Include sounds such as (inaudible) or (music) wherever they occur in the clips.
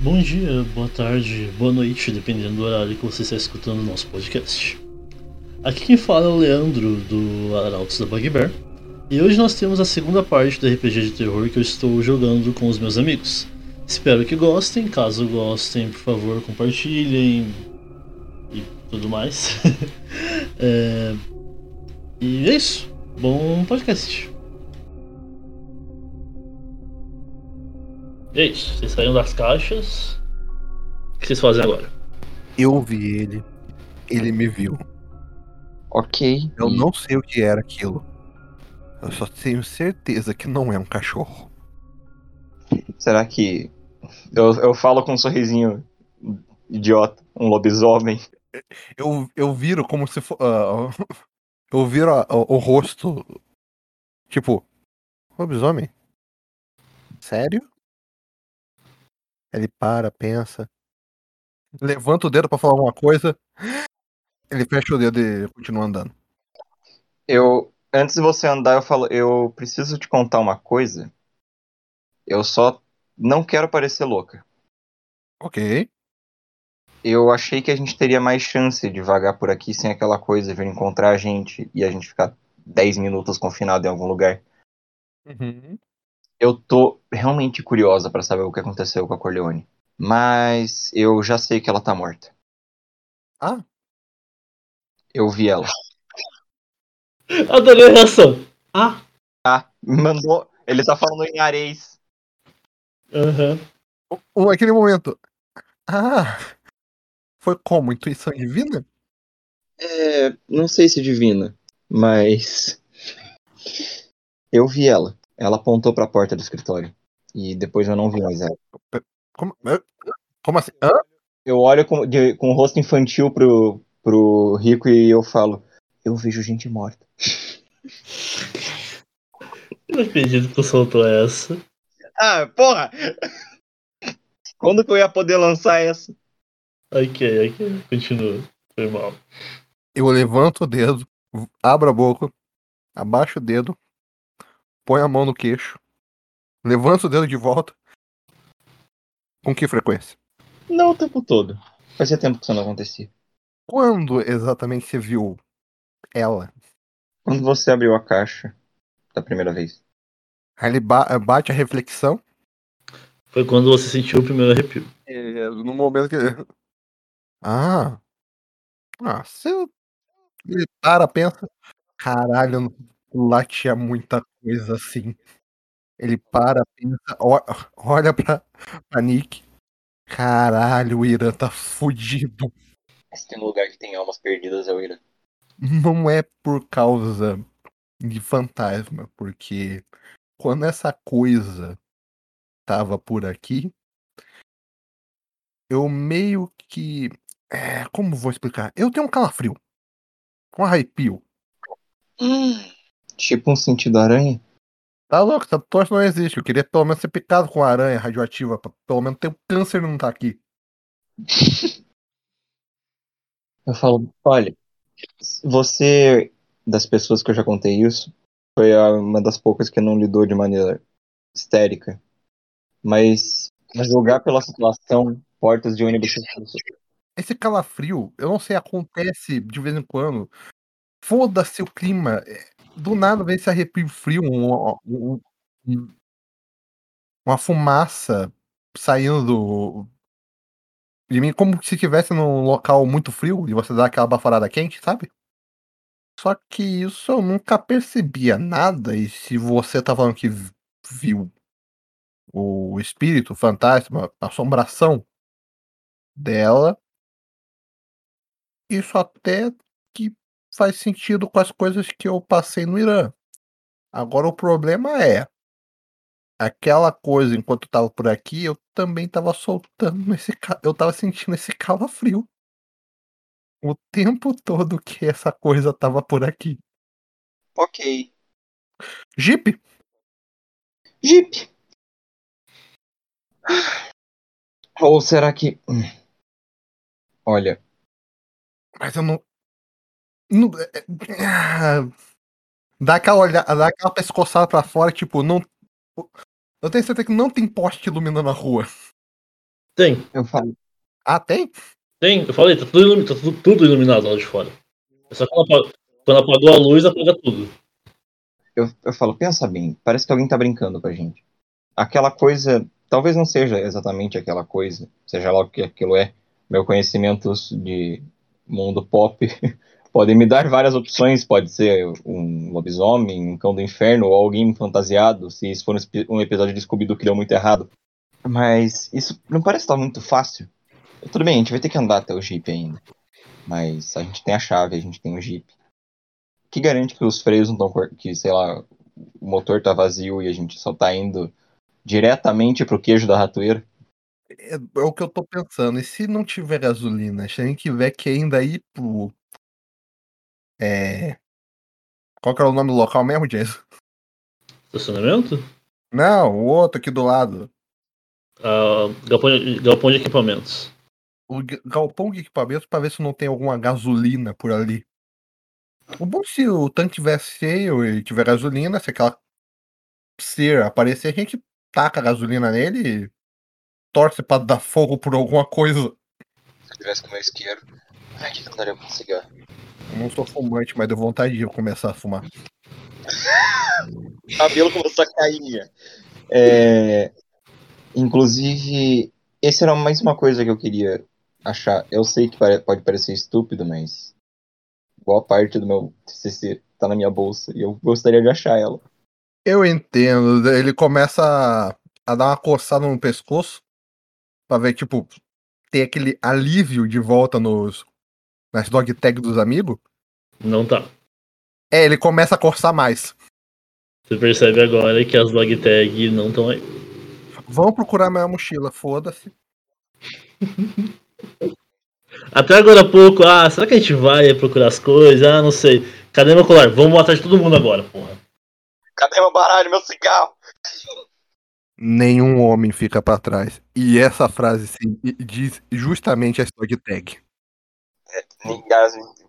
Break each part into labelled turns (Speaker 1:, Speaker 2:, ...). Speaker 1: Bom dia, boa tarde, boa noite, dependendo do horário que você está escutando o nosso podcast. Aqui quem fala é o Leandro, do Arautos da Bugbear, e hoje nós temos a segunda parte do RPG de terror que eu estou jogando com os meus amigos. Espero que gostem, caso gostem, por favor, compartilhem e tudo mais. (laughs) É, E é isso, bom podcast. E é isso, vocês saíram das caixas. O que vocês fazem agora?
Speaker 2: Eu vi ele, ele me viu.
Speaker 3: Ok.
Speaker 2: Eu
Speaker 3: e-
Speaker 2: não sei o que era aquilo. Eu só tenho certeza que não é um cachorro.
Speaker 3: Será que. Eu, eu falo com um sorrisinho idiota, um lobisomem.
Speaker 2: Eu, eu viro como se fosse. (laughs) eu viro a- o, o rosto. Tipo, lobisomem? Sério? Ele para, pensa. Levanta o dedo pra falar alguma coisa. Ele fecha o dedo e continua andando.
Speaker 3: Eu. Antes de você andar, eu falo, eu preciso te contar uma coisa. Eu só não quero parecer louca.
Speaker 2: Ok.
Speaker 3: Eu achei que a gente teria mais chance de vagar por aqui sem aquela coisa vir encontrar a gente e a gente ficar 10 minutos confinado em algum lugar. Eu tô realmente curiosa pra saber o que aconteceu com a Corleone. Mas eu já sei que ela tá morta.
Speaker 2: Ah.
Speaker 3: Eu vi ela.
Speaker 1: Adorei a reação! Ah!
Speaker 3: Ah, mandou. Ele tá falando em areis.
Speaker 1: Aham.
Speaker 2: Um, aquele momento. Ah! Foi como? Intuição divina?
Speaker 3: É, não sei se divina, mas. Eu vi ela. Ela apontou pra porta do escritório. E depois eu não vi mais ela.
Speaker 2: Como, Hã? como assim? Hã?
Speaker 3: Eu olho com, de- com o rosto infantil pro, pro Rico e eu falo: Eu vejo gente morta.
Speaker 1: Eu Não acredito que tu soltou essa.
Speaker 3: Ah, porra! Quando que eu ia poder lançar essa?
Speaker 1: Ok, ok. Continua. Foi mal.
Speaker 2: Eu levanto o dedo, abro a boca, abaixo o dedo, põe a mão no queixo, levanto o dedo de volta. Com que frequência?
Speaker 3: Não o tempo todo. Fazia tempo que isso não acontecia.
Speaker 2: Quando exatamente você viu ela?
Speaker 3: Quando você abriu a caixa da primeira vez.
Speaker 2: Aí ele ba- bate a reflexão.
Speaker 1: Foi quando você sentiu o primeiro arrepio.
Speaker 2: É, no momento que. Ah! Ah, se eu gritar, pensa. Caralho, lá tinha muita coisa assim. Ele para, pensa, ó- olha pra, pra Nick. Caralho, o Irã tá fudido.
Speaker 3: Se tem um lugar que tem almas perdidas é o Ira.
Speaker 2: Não é por causa de fantasma, porque quando essa coisa tava por aqui, eu meio que. É, como vou explicar? Eu tenho um calafrio. Um arrepio.
Speaker 3: Tipo um sentido aranha?
Speaker 2: Tá louco, essa tocha não existe. Eu queria pelo menos ser picado com uma aranha radioativa. Pra pelo menos ter o câncer e não tá aqui.
Speaker 3: Eu falo, olha, você, das pessoas que eu já contei isso, foi a- uma das poucas que não lidou de maneira histérica. Mas julgar pela situação, portas de ônibus fechadas.
Speaker 2: Esse calafrio, eu não sei, acontece de vez em quando. Foda-se o clima. é, Do nada vem esse arrepio frio, um- um- um- uma fumaça saindo do- de mim, como se estivesse num local muito frio e você dá aquela baforada quente, sabe? Só que isso eu nunca percebia nada. E se você tá falando que vi- viu o espírito, o fantasma, a assombração dela, isso até que faz sentido com as coisas que eu passei no Irã. Agora o problema é aquela coisa enquanto eu tava por aqui, eu também tava soltando (laughs) esse ca- eu tava sentindo esse calafrio o tempo todo que essa coisa tava por aqui.
Speaker 3: Ok.
Speaker 2: Jeep,
Speaker 3: Jeep! Ou será que. hum, Olha,
Speaker 2: mas eu não, não- é- é- ah, dá aquela olhada, dá aquela pescoçada pra fora, tipo, não eu tenho certeza que não tem poste iluminando a rua.
Speaker 1: Tem,
Speaker 3: Eu falo,
Speaker 2: Ah, tem?
Speaker 1: tem. Eu falei, tá tudo, ilumi- tá tudo, tudo iluminado lá de fora. É só quando apagou, quando apagou a luz, apaga tudo.
Speaker 3: eu, eu falo, pensa bem, parece que alguém tá brincando com a gente. Aquela coisa, talvez não seja exatamente aquela coisa, seja lá o que aquilo é. Meu conhecimento de mundo pop (laughs) podem me dar várias opções, pode ser um lobisomem, um cão do inferno ou alguém fantasiado, se isso for um espe- um episódio de Scooby-Doo que deu muito errado. Mas isso não parece estar muito fácil. Tudo bem, a gente vai ter que andar até o Jeep ainda. Mas a gente tem a chave, a gente tem o Jeep. que garante que os freios não estão. cor- que, sei lá, o motor tá vazio e a gente só tá indo diretamente pro queijo da ratoeira?
Speaker 2: É, é o que eu tô pensando. E se não tiver gasolina? Se a gente tiver que ainda ir pro. É. Qual que era o nome do local mesmo, Jason?
Speaker 1: Estacionamento?
Speaker 2: Não, o outro aqui do lado.
Speaker 1: Ah, galpão, de, galpão de equipamentos.
Speaker 2: O ga- galpão de equipamentos pra ver se não tem alguma gasolina por ali. O bom é se o tanque tiver cheio e tiver gasolina, se aquela cera aparecer, a gente taca a gasolina nele e torce pra dar fogo por alguma coisa.
Speaker 3: Se eu tivesse com meu isqueiro. Ai, que eu daria pra cigarro?
Speaker 2: Eu não sou fumante, mas deu vontade de eu começar a fumar.
Speaker 3: O cabelo começou a cair. É, inclusive, essa era mais uma coisa que eu queria achar. Eu sei que pare- pode parecer estúpido, mas boa parte do meu TCC tá na minha bolsa e eu gostaria de achar ela.
Speaker 2: Eu entendo. Ele começa a, a dar uma coçada no pescoço pra ver, tipo, ter aquele alívio de volta nos nas dog tag dos amigos.
Speaker 1: Não tá.
Speaker 2: É, ele começa a coçar mais.
Speaker 1: Você percebe agora que as log tag não estão aí.
Speaker 2: Vão procurar minha mochila, foda-se.
Speaker 1: Até agora há pouco, ah, será que a gente vai procurar as coisas? Ah, não sei. Cadê meu colar? Vamos atrás de todo mundo agora, porra.
Speaker 3: Cadê meu baralho, meu cigarro?
Speaker 2: Nenhum homem fica pra trás. E essa frase sim, e- diz justamente a dog tag.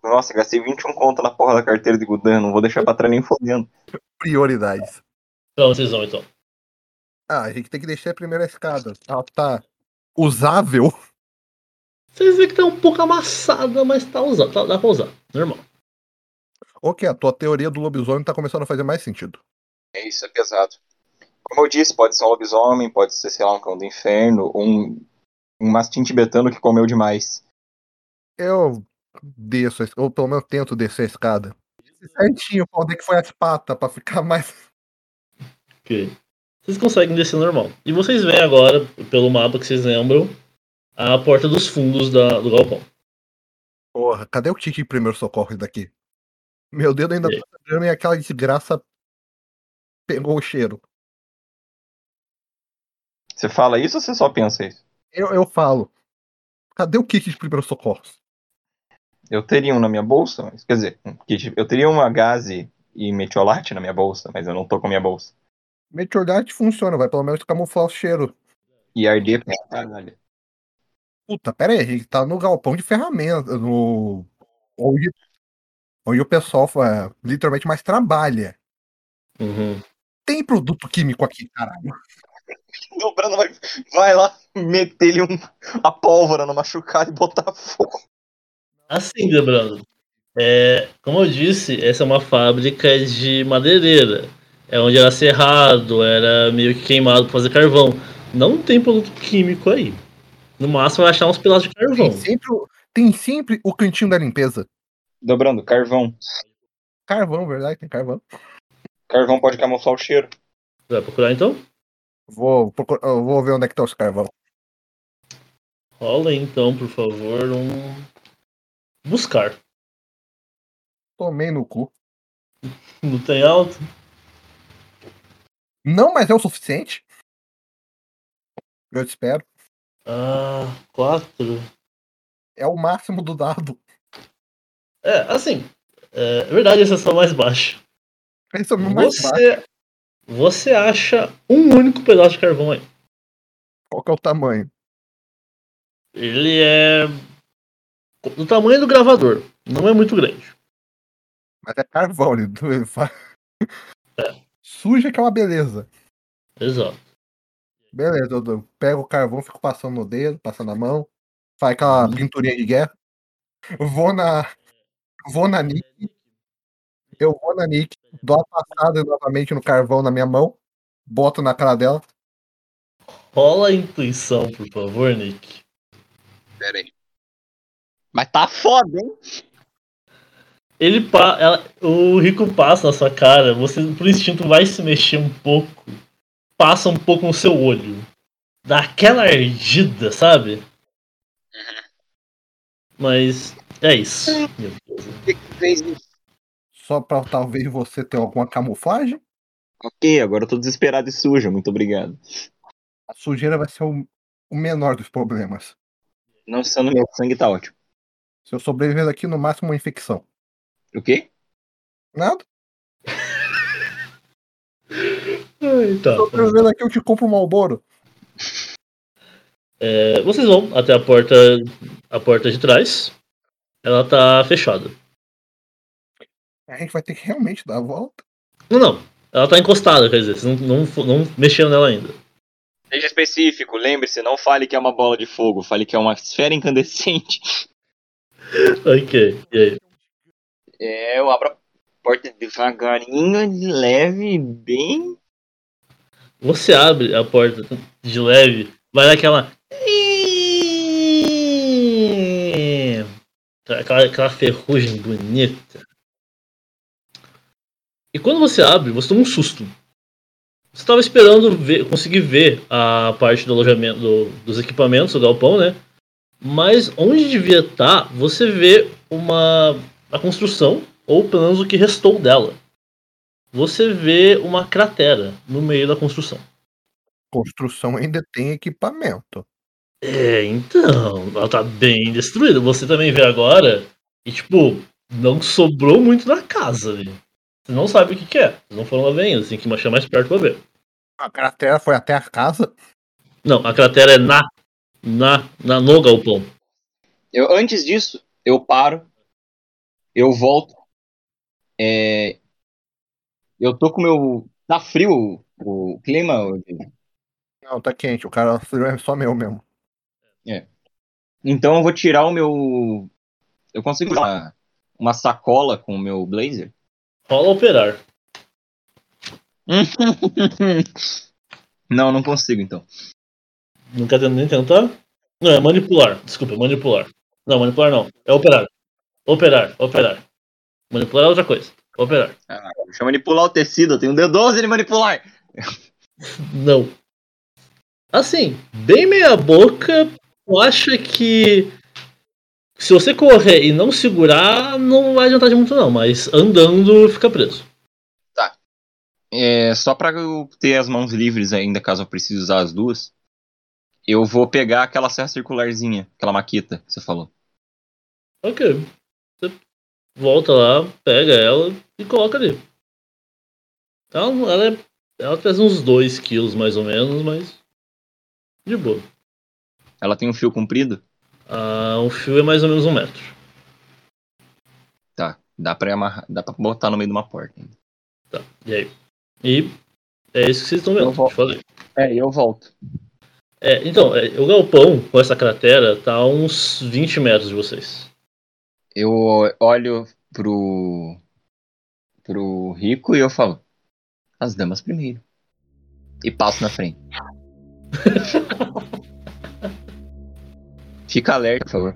Speaker 3: Nossa, gastei 21 conto na porra da carteira de Gudan, não vou deixar pra trás nem fodendo.
Speaker 2: Prioridades.
Speaker 1: Pra onde vocês vão então?
Speaker 2: Ah, a gente tem que deixar primeiro a escada. Ela tá usável.
Speaker 1: Vocês veem que tá um pouco amassada, mas tá usando. Tá, dá pra usar. Normal.
Speaker 2: Ok, a tua teoria do lobisomem tá começando a fazer mais sentido.
Speaker 3: É isso, é pesado. Como eu disse, pode ser um lobisomem, pode ser, sei lá, um cão do inferno, um, um mastim tibetano que comeu demais.
Speaker 2: Eu desço, a es- ou pelo menos tento descer a escada. Certinho, pra onde é que foi as patas, pra ficar (laughs) mais.
Speaker 1: Ok. Vocês conseguem descer normal. E vocês veem agora, pelo mapa que vocês lembram, a porta dos fundos da- do galpão.
Speaker 2: Porra, cadê o kit de primeiro socorro daqui? Meu dedo ainda
Speaker 1: E aí?
Speaker 2: tá sangrando e aquela desgraça pegou o cheiro.
Speaker 3: Você fala isso ou você só pensa isso?
Speaker 2: Eu, eu falo. Cadê o kit de primeiro socorro?
Speaker 3: Eu teria um na minha bolsa, mas, quer dizer, um kit- eu teria uma gaze e metiolate na minha bolsa, mas eu não tô com a minha bolsa.
Speaker 2: Meteorite funciona, vai pelo menos camuflar o cheiro.
Speaker 3: E arder pra caralho.
Speaker 2: Puta, pera aí, a gente tá no galpão de ferramentas, no. Onde, onde o pessoal fa- literalmente mais trabalha.
Speaker 1: Uhum.
Speaker 2: Tem produto químico aqui, caralho.
Speaker 3: O Brando vai, vai lá meter-lhe um- a pólvora no machucado e botar fogo.
Speaker 1: Assim, lembrando. É, como eu disse, essa é uma fábrica de madeireira. É onde era serrado, era meio que queimado pra fazer carvão. Não tem produto químico aí. No máximo vai achar uns pedaços de
Speaker 2: Tem
Speaker 1: carvão.
Speaker 2: sempre, o- tem sempre o cantinho da limpeza.
Speaker 3: Dobrando, carvão.
Speaker 2: Carvão, verdade, tem carvão.
Speaker 3: Carvão pode camuflar o cheiro.
Speaker 1: Vai procurar então?
Speaker 2: Vou, procurar, eu vou ver onde é que tá os carvão.
Speaker 1: Rola então, por favor, um. Buscar.
Speaker 2: Tomei no cu.
Speaker 1: Não tem alto?
Speaker 2: Não, mas é o suficiente. Eu espero.
Speaker 1: Ah, quatro.
Speaker 2: É o máximo do dado. (laughs)
Speaker 1: É, assim. É, é verdade, essa é só mais baixa.
Speaker 2: Esse é o meu mais baixo.
Speaker 1: Você, você acha um único pedaço de carvão aí.
Speaker 2: Qual que é o tamanho?
Speaker 1: Ele é. do tamanho do gravador. Não é muito grande.
Speaker 2: Mas é carvão, ele, (laughs) ele faz. Suja que é uma beleza.
Speaker 1: Exato.
Speaker 2: Beleza, eu, eu pego o carvão, fico passando no dedo, passando a mão. Faz aquela
Speaker 1: Uhum.
Speaker 2: pinturinha de guerra. Vou na. Vou na Nick. Eu vou na Nick, dou a passada novamente no carvão na minha mão, boto na cara dela.
Speaker 1: Rola a intuição, por favor, Nick.
Speaker 4: Pera aí. Mas tá foda, hein?
Speaker 1: Ele pa ela- o Rico passa na sua cara, você por instinto vai se mexer um pouco, passa um pouco no seu olho, dá aquela ardida, sabe? Mas é isso. Meu Deus.
Speaker 4: O que que fez isso?
Speaker 2: Só pra talvez você ter alguma camuflagem.
Speaker 3: Ok, agora eu tô desesperado e sujo, muito obrigado.
Speaker 2: A sujeira vai ser o, o menor dos problemas.
Speaker 3: Não está no meu sangue, tá ótimo.
Speaker 2: Se eu sobreviver aqui, no máximo uma infecção.
Speaker 3: O quê?
Speaker 2: Nada.
Speaker 1: Ai, tá.
Speaker 2: Se eu sobreviver aqui, eu te compro um malboro.
Speaker 1: É, vocês vão até a porta, a porta de trás. Ela tá fechada.
Speaker 2: A gente vai ter que realmente dar a volta.
Speaker 1: Não, não. Ela tá encostada, quer dizer, vocês não, não, fo- não mexeram nela ainda.
Speaker 3: Seja específico, lembre-se, não fale que é uma bola de fogo, fale que é uma esfera incandescente.
Speaker 1: Ok, e aí?
Speaker 3: (laughs) É, eu abro a porta devagarinho, de leve, bem.
Speaker 1: Você abre a porta de leve, vai dar aquela. Aquela, aquela ferrugem bonita. E quando você abre, você toma um susto. Você estava esperando ver, conseguir ver a parte do alojamento, do- dos equipamentos, do galpão, né? Mas onde devia estar, você vê uma a construção, ou pelo menos o que restou dela. Você vê uma cratera no meio da construção.
Speaker 2: Construção ainda tem equipamento.
Speaker 1: É, então, ela tá bem destruída. Você também vê agora e, tipo, não sobrou muito na casa, velho. Você não sabe o que, que é. Vocês não foram lá ver ainda, você tem que marchar mais perto pra ver.
Speaker 2: A cratera foi Ah, até a casa.
Speaker 1: Não, a cratera é na. Na. na no galpão.
Speaker 3: Eu, antes disso, eu paro, eu volto. É, eu tô com meu. Tá frio o, o clima? hoje.
Speaker 2: Não, tá quente. O cara é só meu mesmo.
Speaker 3: Então eu vou tirar o meu. Eu consigo usar uma sacola com o meu (laughs) blazer?
Speaker 1: Rola operar.
Speaker 3: não, não consigo então.
Speaker 1: Não quer nem tentar? Não, é manipular. Desculpa, manipular. Não, manipular não. É operar. Operar, operar. Manipular é outra coisa. Operar.
Speaker 3: Deixa eu manipular o tecido, eu tenho um D12 de manipular!
Speaker 1: Não. Assim, bem meia boca, eu acho que se você correr e não segurar, não vai adiantar de muito não, mas andando fica preso.
Speaker 3: É, só pra eu ter as mãos livres ainda, caso eu precise usar as duas, eu vou pegar aquela serra circularzinha, aquela maquita que você falou.
Speaker 1: Ok. Você volta lá, pega ela e coloca ali. Ela, não- ela, é, ela pesa uns 2 quilos mais ou menos, mas de boa.
Speaker 3: Ela tem um fio comprido?
Speaker 1: Ah, o fio é mais ou menos um metro.
Speaker 3: Tá. Dá pra, amarrar, dá pra botar no meio de uma porta. ainda.
Speaker 1: Tá, e aí? E é isso que vocês estão vendo,
Speaker 3: Eu vou-
Speaker 1: te falei.
Speaker 3: É, eu volto.
Speaker 1: É, então, é, o galpão com essa cratera tá a uns 20 metros de vocês.
Speaker 3: Eu olho pro. pro Rico e eu falo: As damas primeiro. E passo na (laughs) frente. Fica alerta, por favor.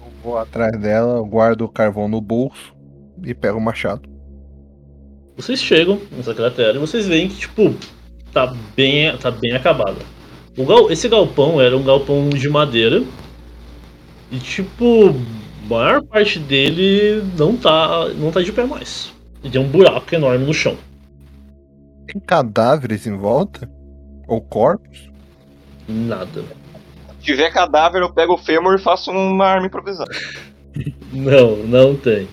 Speaker 2: Eu vou atrás dela, guardo o carvão no bolso e pego o machado.
Speaker 1: Vocês chegam nessa cratera e vocês veem que, tipo, tá bem, tá bem acabada. O gal, esse galpão era um galpão de madeira. E, tipo, a maior parte dele não tá, não tá de pé mais. E tem um buraco enorme no chão.
Speaker 2: Tem cadáveres em volta? Ou corpos?
Speaker 1: Nada.
Speaker 3: Se tiver cadáver, eu pego o fêmur e faço uma arma improvisada.
Speaker 1: Não, não tem.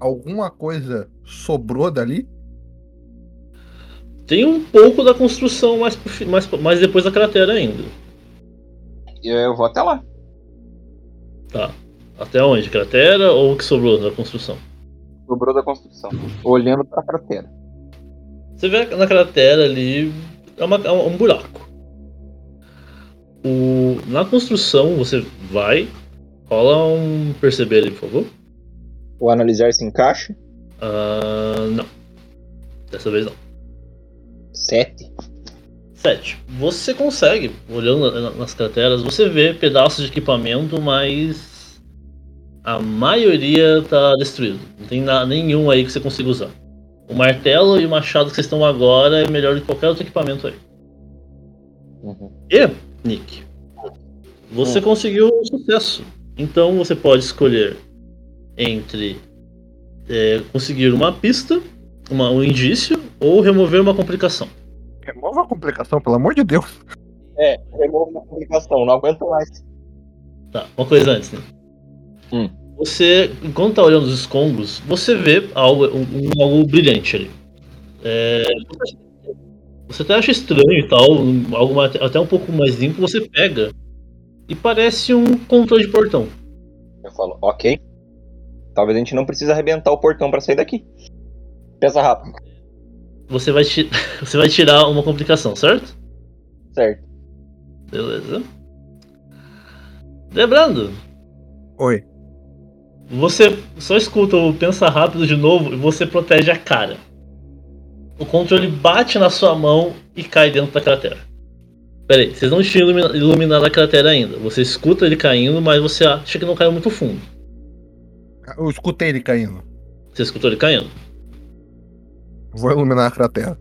Speaker 2: Alguma coisa sobrou dali?
Speaker 1: Tem um pouco da construção mais, pro fi- mais, mais depois da cratera ainda.
Speaker 3: E eu vou até lá.
Speaker 1: Até onde? Cratera ou o que sobrou da construção?
Speaker 3: Sobrou da construção. Olhando pra cratera.
Speaker 1: Você vê na cratera ali é, uma- é um buraco. O- na construção, você vai. Rola um perceber ali, por favor.
Speaker 3: O analisar se encaixa?
Speaker 1: Ah, não. Dessa vez não.
Speaker 3: Sete.
Speaker 1: 7. Você consegue, olhando na- na- nas crateras, você vê pedaços de equipamento, mas a maioria tá destruído. Não tem na- nenhum aí que você consiga usar. O martelo e o machado que vocês estão agora é melhor do que qualquer outro equipamento aí.
Speaker 3: Uhum.
Speaker 1: E, Nick, você conseguiu um sucesso. Então você pode escolher entre é, conseguir uma pista, uma- um indício, ou remover uma complicação.
Speaker 2: Remova a É complicação, pelo amor de Deus.
Speaker 3: É, remove uma complicação, não aguento mais.
Speaker 1: Tá, uma coisa antes, né?
Speaker 3: Hum.
Speaker 1: Você, enquanto tá olhando os escombros, você vê algo, um- um- algo brilhante ali. É, você até acha estranho e tal, um- algo ma- até um pouco mais limpo, você pega e parece um controle de portão.
Speaker 3: Eu falo, ok. Talvez a gente não precise arrebentar o portão pra sair daqui. Pensa rápido,
Speaker 1: Você vai, ti- (laughs) você vai tirar uma complicação, certo?
Speaker 3: certo?
Speaker 1: Beleza. Lembrando,
Speaker 2: Oi.
Speaker 1: Você só escuta o pensa rápido de novo e você protege a cara. O controle bate na sua mão e cai dentro da cratera. Peraí, vocês não tinham ilumina- iluminado a cratera ainda. Você escuta ele caindo, mas você acha que não caiu muito fundo.
Speaker 2: Eu escutei ele caindo.
Speaker 1: Você escutou ele caindo?
Speaker 2: Vou iluminar a cratera.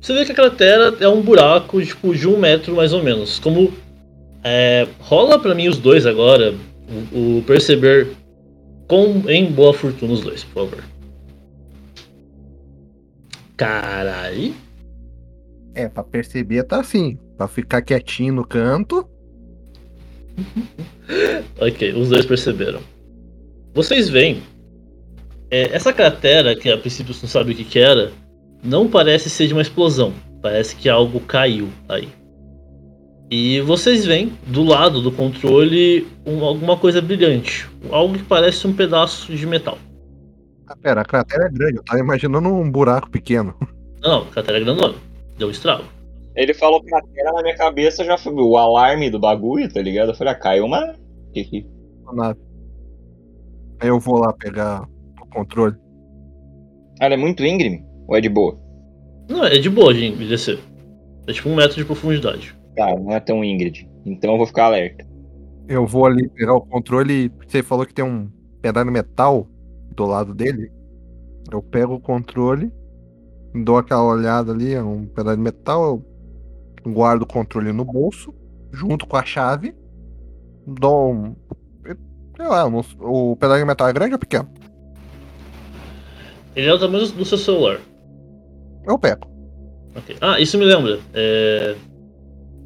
Speaker 1: Você vê que a cratera é um buraco tipo, de um metro mais ou menos. Como é, rola pra mim os dois agora, o, o perceber com em boa fortuna os dois, por favor. Carai,
Speaker 2: É, pra perceber tá assim. Pra ficar quietinho no canto.
Speaker 1: Ok, os dois perceberam. Vocês veem. é, essa cratera, que a princípio você não sabe o que, que era, não parece ser de uma explosão. Parece que algo caiu aí. E vocês veem, do lado do controle, um- alguma coisa brilhante. Algo que parece um pedaço de metal.
Speaker 2: Ah, pera, a cratera é grande. Eu tava imaginando um buraco pequeno. (laughs)
Speaker 1: Não, não, cratera grandona. Deu um estrago.
Speaker 3: Ele falou cratera na minha cabeça, já foi o alarme do bagulho, tá ligado? Eu falei, ah, caiu uma. Que- que-
Speaker 2: Uma nave. Aí eu vou lá pegar o controle.
Speaker 3: Ela é muito íngreme? Ou é de boa?
Speaker 1: Não, é de boa, gente, descer. É tipo um metro de profundidade.
Speaker 3: Tá, não é tão íngreme. Então eu vou ficar alerta.
Speaker 2: Eu vou ali pegar o controle. e Você falou que tem um pedaço de metal do lado dele. Eu pego o controle, dou aquela olhada ali, é um pedaço de metal, eu guardo o controle no bolso, junto com a chave, dou um. Sei lá, eu não s- o pedaço de metal é grande ou pequeno?
Speaker 1: Ele é o tamanho do seu celular.
Speaker 2: Eu pego.
Speaker 1: Ok. Ah, isso me lembra. É...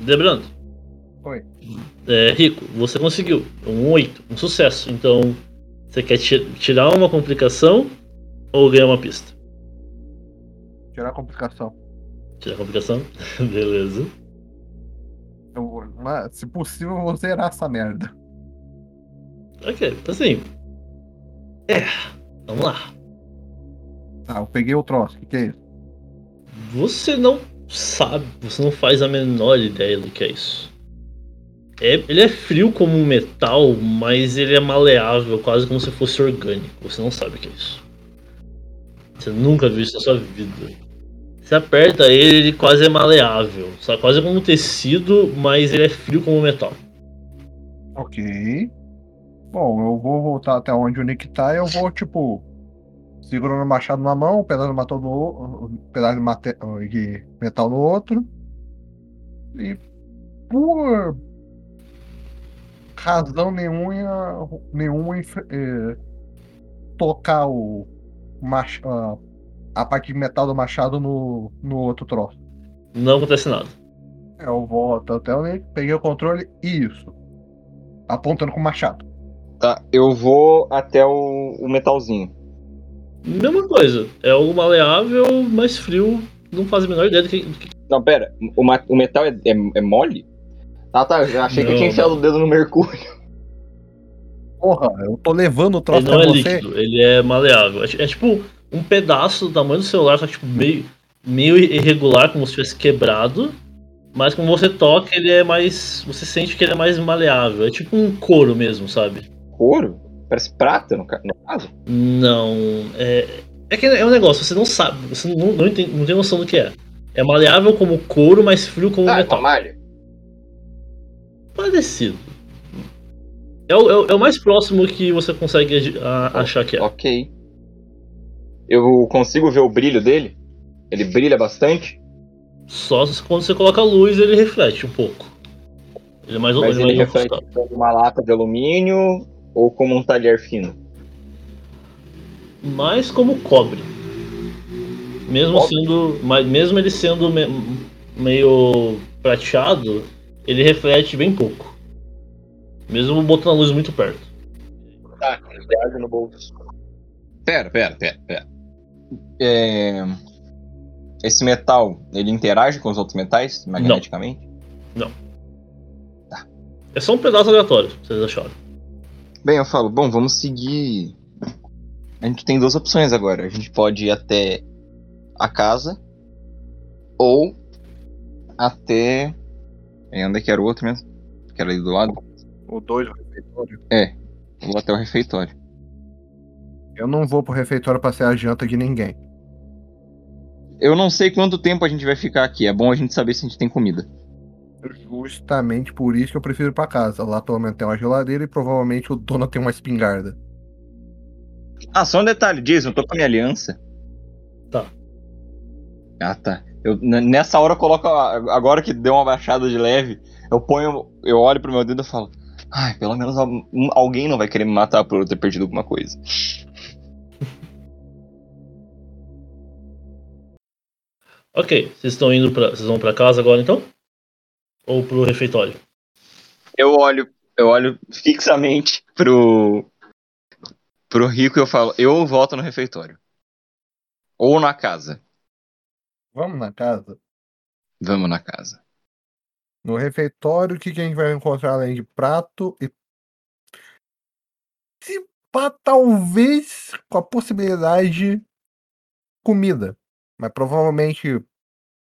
Speaker 1: Lembrando.
Speaker 2: Oi.
Speaker 1: É, Rico, você conseguiu. Um 8, um sucesso. Então, você quer ti- tirar uma complicação ou ganhar uma pista?
Speaker 2: Tirar a complicação.
Speaker 1: Tirar a complicação? (laughs) Beleza.
Speaker 2: Eu vou- mas, se possível, eu vou zerar essa merda.
Speaker 1: Ok, assim. É, vamos lá.
Speaker 2: Tá, eu peguei o troço. O que, que é isso?
Speaker 1: Você não sabe, você não faz a menor ideia do que é isso. É, ele é frio como um metal, mas ele é maleável, quase como se fosse orgânico. Você não sabe o que é isso. Você nunca viu isso na sua vida. Você aperta ele, ele quase é maleável. Sabe? Quase como um tecido, mas ele é frio como metal.
Speaker 2: Ok. Bom, eu vou voltar até onde o Nick tá e eu vou, tipo, segurando o machado na mão, um pedaço de metal no o- um pedaço de, mate- de metal no outro. E por razão nenhuma, nenhuma enfre- eh, tocar o mach- a- a parte de metal do machado no, no outro troço.
Speaker 1: Não acontece nada.
Speaker 2: Eu volto até o Nick, peguei o controle e isso. Apontando com o machado.
Speaker 3: Tá, eu vou até o, o metalzinho.
Speaker 1: Mesma coisa. É algo maleável, mas frio. Não faz a menor ideia do que, do que
Speaker 3: Não, pera, o, ma- o metal é, é, é mole? Ah tá, eu achei que eu
Speaker 1: Não,
Speaker 3: tinha enfiado o dedo no mercúrio.
Speaker 2: Porra, eu tô levando o troço
Speaker 1: Ele não
Speaker 2: pra
Speaker 1: é
Speaker 2: você.
Speaker 1: líquido, ele é maleável. É, ti- é tipo um pedaço do tamanho do celular, só que tipo meio. meio irregular, como se tivesse quebrado. Mas quando você toca, ele é mais. Você sente que ele é mais maleável. É tipo um couro mesmo, sabe?
Speaker 3: Couro? Parece prata no ca- no caso.
Speaker 1: Não. É, é que é um negócio, você não sabe. Você não, não, tem, não tem noção do que é. É maleável como couro, mas frio
Speaker 3: Ah,
Speaker 1: como
Speaker 4: Tá, é
Speaker 1: metal.
Speaker 4: uma malha.
Speaker 1: Parecido. É o, é o- é o mais próximo que você consegue agi- a- achar que é.
Speaker 3: Ok. Eu consigo ver o brilho dele? Ele brilha bastante,
Speaker 1: Só se- quando você coloca a luz, ele reflete um pouco. Ele é mais
Speaker 3: mas
Speaker 1: ele é
Speaker 3: ele
Speaker 1: mais
Speaker 3: reflete
Speaker 1: ofuscado.
Speaker 3: como uma lata de alumínio ou como um talher fino.
Speaker 1: Mais como cobre. Mesmo
Speaker 3: Cobre?
Speaker 1: sendo. Mas mesmo ele sendo me- meio prateado, ele reflete bem pouco. Mesmo botando a luz muito perto.
Speaker 3: Tá, viaja no bolso. Pera, pera, pera, pera. É, Esse metal, ele interage com os outros metais magneticamente?
Speaker 1: É só um pedaço aleatório, pra vocês acharam.
Speaker 3: Bem, eu falo, bom, vamos seguir. A gente tem duas opções agora. A gente pode ir até a casa ou até. é, Onde é que era o outro mesmo? Que era ali do lado?
Speaker 2: O 2, o refeitório.
Speaker 3: Ou até o refeitório.
Speaker 2: Eu não vou pro refeitório pra ser a janta de ninguém.
Speaker 3: Eu não sei quanto tempo a gente vai ficar aqui. É bom a gente saber se a gente tem comida.
Speaker 2: Justamente por isso que eu prefiro ir pra casa. Lá pelo menos tem uma geladeira e provavelmente o dono tem uma espingarda.
Speaker 3: Ah, só um detalhe, Jason, eu tô com a minha aliança.
Speaker 1: Tá.
Speaker 3: Ah, tá. Eu, n- nessa hora eu coloco. a- Agora que deu uma baixada de leve, eu ponho. Eu olho pro meu dedo e falo. Ai, pelo menos al- um- alguém não vai querer me matar por eu ter perdido alguma coisa.
Speaker 1: Ok, vocês estão indo pra. Vocês vão pra casa agora então? Ou pro refeitório?
Speaker 3: Eu olho, eu olho fixamente pro. pro rico e eu falo, eu voto no refeitório. Ou na casa.
Speaker 2: Vamos na casa?
Speaker 3: Vamos na casa.
Speaker 2: No refeitório, o que, que a gente vai encontrar além de prato e. Se pá, talvez com a possibilidade de comida, mas provavelmente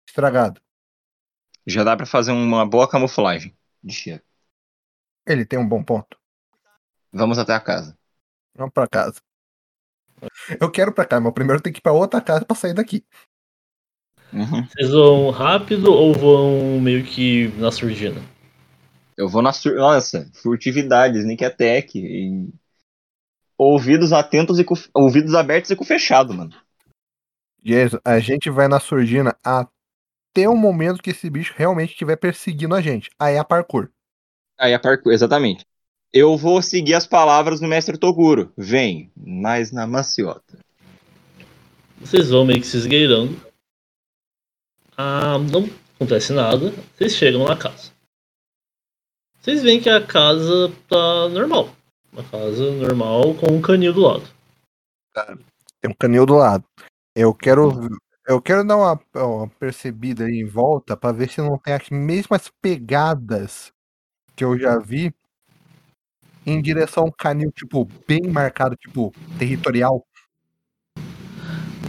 Speaker 2: estragado.
Speaker 3: Já dá pra fazer uma boa camuflagem de cheiro.
Speaker 2: Ele tem um bom ponto.
Speaker 3: Vamos até a casa.
Speaker 2: Vamos pra casa. Eu quero pra casa, mas primeiro tem que ir pra outra casa pra sair daqui.
Speaker 3: Uhum.
Speaker 1: Vocês vão rápido ou vão meio que na surdina?
Speaker 3: Eu vou na sur... Nossa, furtividade, sneak attack. e- Ouvidos atentos e com... Ouvidos abertos e com fechado, mano.
Speaker 2: Jason, a gente vai na surdina até o momento que esse bicho realmente estiver perseguindo a gente. Aí é a parkour.
Speaker 3: Aí a parkour, exatamente. Eu vou seguir as palavras do mestre Toguro. Vem, mas na maciota.
Speaker 1: Vocês vão meio que se esgueirando. Ah, não acontece nada. Vocês chegam na casa. Vocês veem que a casa tá normal. Uma casa normal com um canil do lado.
Speaker 2: Tem um canil do lado. Eu quero. Eu quero dar uma, uma percebida aí em volta pra ver se não tem as mesmas pegadas que eu já vi em direção ao canil, tipo, bem marcado, tipo, territorial.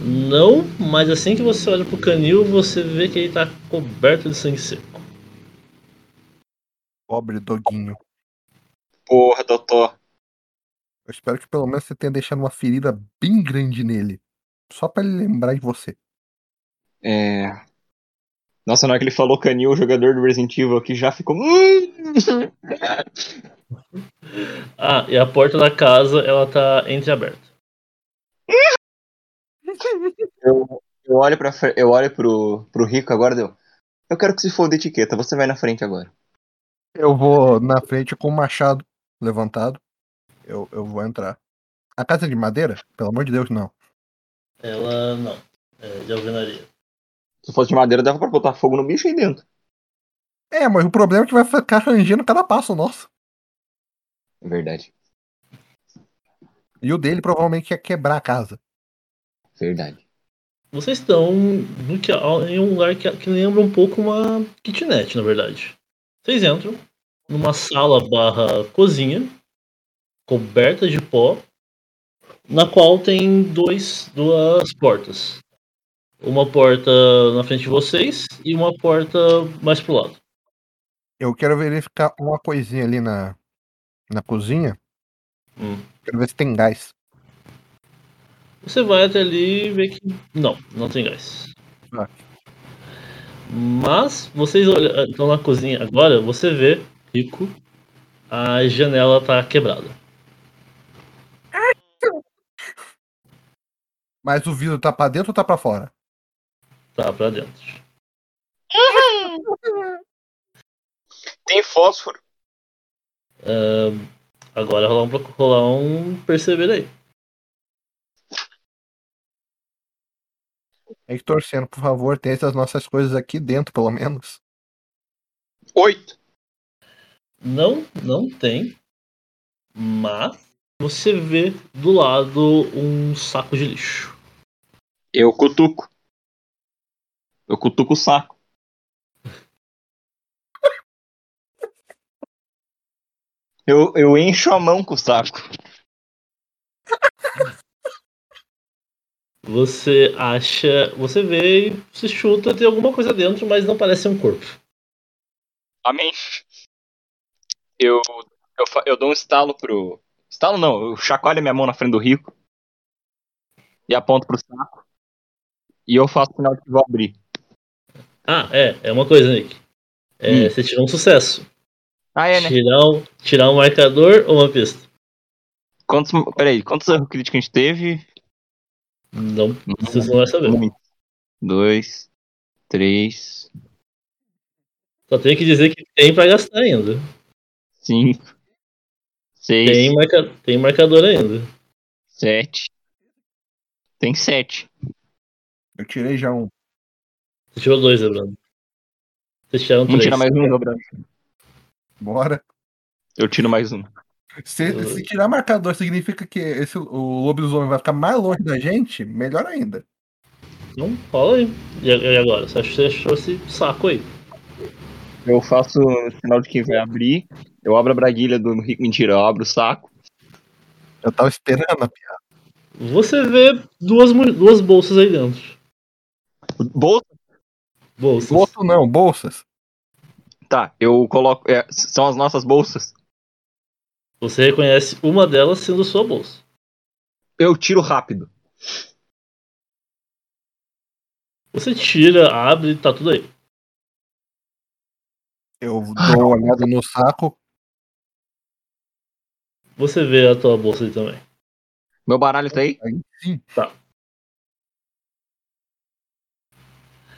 Speaker 1: Não, mas assim que você olha pro canil, você vê que ele tá coberto de sangue seco.
Speaker 2: Pobre doguinho.
Speaker 3: Porra, doutor.
Speaker 2: Eu espero que pelo menos você tenha deixado uma ferida bem grande nele. Só pra ele lembrar de você.
Speaker 3: É... Nossa, na hora que ele falou canil, o jogador do Resident Evil aqui já ficou. Hum.
Speaker 1: Ah, e a porta da casa, ela tá entreaberta.
Speaker 3: Eu, eu olho, pra, fre- eu olho pro, pro Rico agora, deu. Eu quero que se foda a etiqueta, você vai na frente agora.
Speaker 2: Eu vou na frente com o machado levantado. Eu, eu vou entrar. A casa é de madeira? Pelo amor de Deus, não.
Speaker 1: Ela não. É de alvenaria.
Speaker 3: Se fosse de madeira, dava pra botar fogo no bicho aí dentro.
Speaker 2: É, mas o problema é que vai ficar rangendo cada passo nosso.
Speaker 3: É verdade,
Speaker 2: E o dele provavelmente ia quebrar a casa.
Speaker 3: verdade.
Speaker 1: Vocês estão no que- em um lugar que, que lembra um pouco uma kitnet, na verdade. Vocês entram numa sala barra cozinha, coberta de pó, na qual tem dois, duas portas. Uma porta na frente de vocês e uma porta mais pro lado.
Speaker 2: Eu quero verificar uma coisinha ali na, na cozinha.
Speaker 1: Hum.
Speaker 2: Quero ver se tem gás.
Speaker 1: Você vai até ali e vê que. Não, não tem gás.
Speaker 2: Ah.
Speaker 1: Mas vocês olha- estão na cozinha agora, você vê, Rico, a janela tá quebrada.
Speaker 2: Mas o vidro tá pra dentro ou tá pra fora?
Speaker 1: Tá pra dentro.
Speaker 4: Tem fósforo.
Speaker 1: Agora rolar um, pro- rolar um perceber aí.
Speaker 2: É que torcendo, por favor, tem essas nossas coisas aqui dentro, pelo menos.
Speaker 4: Oito.
Speaker 1: Não, não tem. Mas você vê do lado um saco de lixo.
Speaker 3: Eu cutuco. Eu cutuco o saco. Eu, eu encho a mão com o saco.
Speaker 1: Você acha. Você vê e se chuta, tem alguma coisa dentro, mas não parece um corpo.
Speaker 3: Amém. Eu, eu, fa- eu dou um estalo pro. Estalo não, eu chacoalho minha mão na frente do rico. E aponto pro saco. E eu faço sinal de que vou abrir.
Speaker 1: Ah, é, é uma coisa, Nick. É, Você tirou um sucesso.
Speaker 3: Ah, Hum. é, né?
Speaker 1: Tirar, um, tirar um marcador ou uma pista?
Speaker 3: Quantos, peraí, quantos erros críticos a gente teve?
Speaker 1: Não, você não vai saber.
Speaker 3: Muito. Um, Dois, três,
Speaker 1: Só tenho que dizer que tem pra gastar ainda.
Speaker 3: cinco, seis,
Speaker 1: Tem, marca, tem marcador ainda.
Speaker 3: sete. Tem sete.
Speaker 2: Eu tirei já um.
Speaker 1: Você tirou dois, lembrando. Vocês tiraram
Speaker 3: Vamos
Speaker 1: três.
Speaker 3: tirar mais um, Gabriel.
Speaker 2: Bora.
Speaker 3: Eu tiro mais um.
Speaker 2: Se, se tirar marcador significa que esse, o lobisomem vai ficar mais longe da gente, melhor ainda.
Speaker 1: Não, fala aí. E a- e agora? Você achou, você achou esse saco aí?
Speaker 3: Eu faço sinal de que vai abrir. Eu abro a braguilha do rico. Mentira, eu abro o saco.
Speaker 2: Eu tava esperando a piada.
Speaker 1: Você vê duas, mo- duas bolsas aí dentro.
Speaker 3: Bolsa.
Speaker 1: Bolsas.
Speaker 2: Bolso não, bolsas.
Speaker 3: Tá, eu coloco. é, s- são as nossas bolsas.
Speaker 1: Você reconhece uma delas sendo sua bolsa.
Speaker 3: Eu tiro rápido.
Speaker 1: Você tira, abre, tá tudo aí.
Speaker 2: Eu dou uma olhada no saco.
Speaker 1: Você vê a tua bolsa aí também.
Speaker 3: Meu baralho tá aí?
Speaker 2: Aí sim.
Speaker 1: Tá.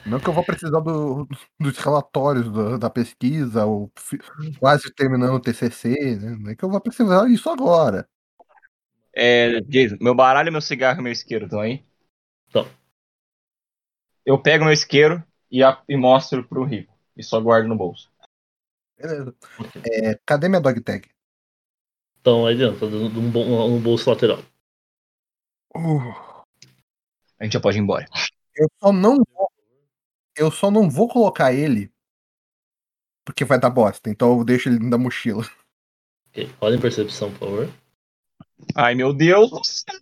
Speaker 2: Não que eu vou precisar do- dos relatórios da, da pesquisa, ou fi- quase terminando o TCC, né? Não é que eu vou precisar disso agora.
Speaker 3: É, Jason, meu baralho, meu cigarro e meu isqueiro estão aí?
Speaker 1: Tão.
Speaker 3: Eu pego meu isqueiro e, a- e mostro pro rico. E só guardo no bolso.
Speaker 2: Beleza. É, cadê minha dog tag?
Speaker 1: Então aí dentro, tá dando um, bom- um bolso lateral.
Speaker 2: Uh,
Speaker 3: A gente já pode ir embora.
Speaker 2: eu só não vou, eu só não vou colocar ele porque vai dar bosta. Então eu deixo ele na mochila.
Speaker 1: Ok, rola em percepção, por favor.
Speaker 3: Ai, meu Deus do céu.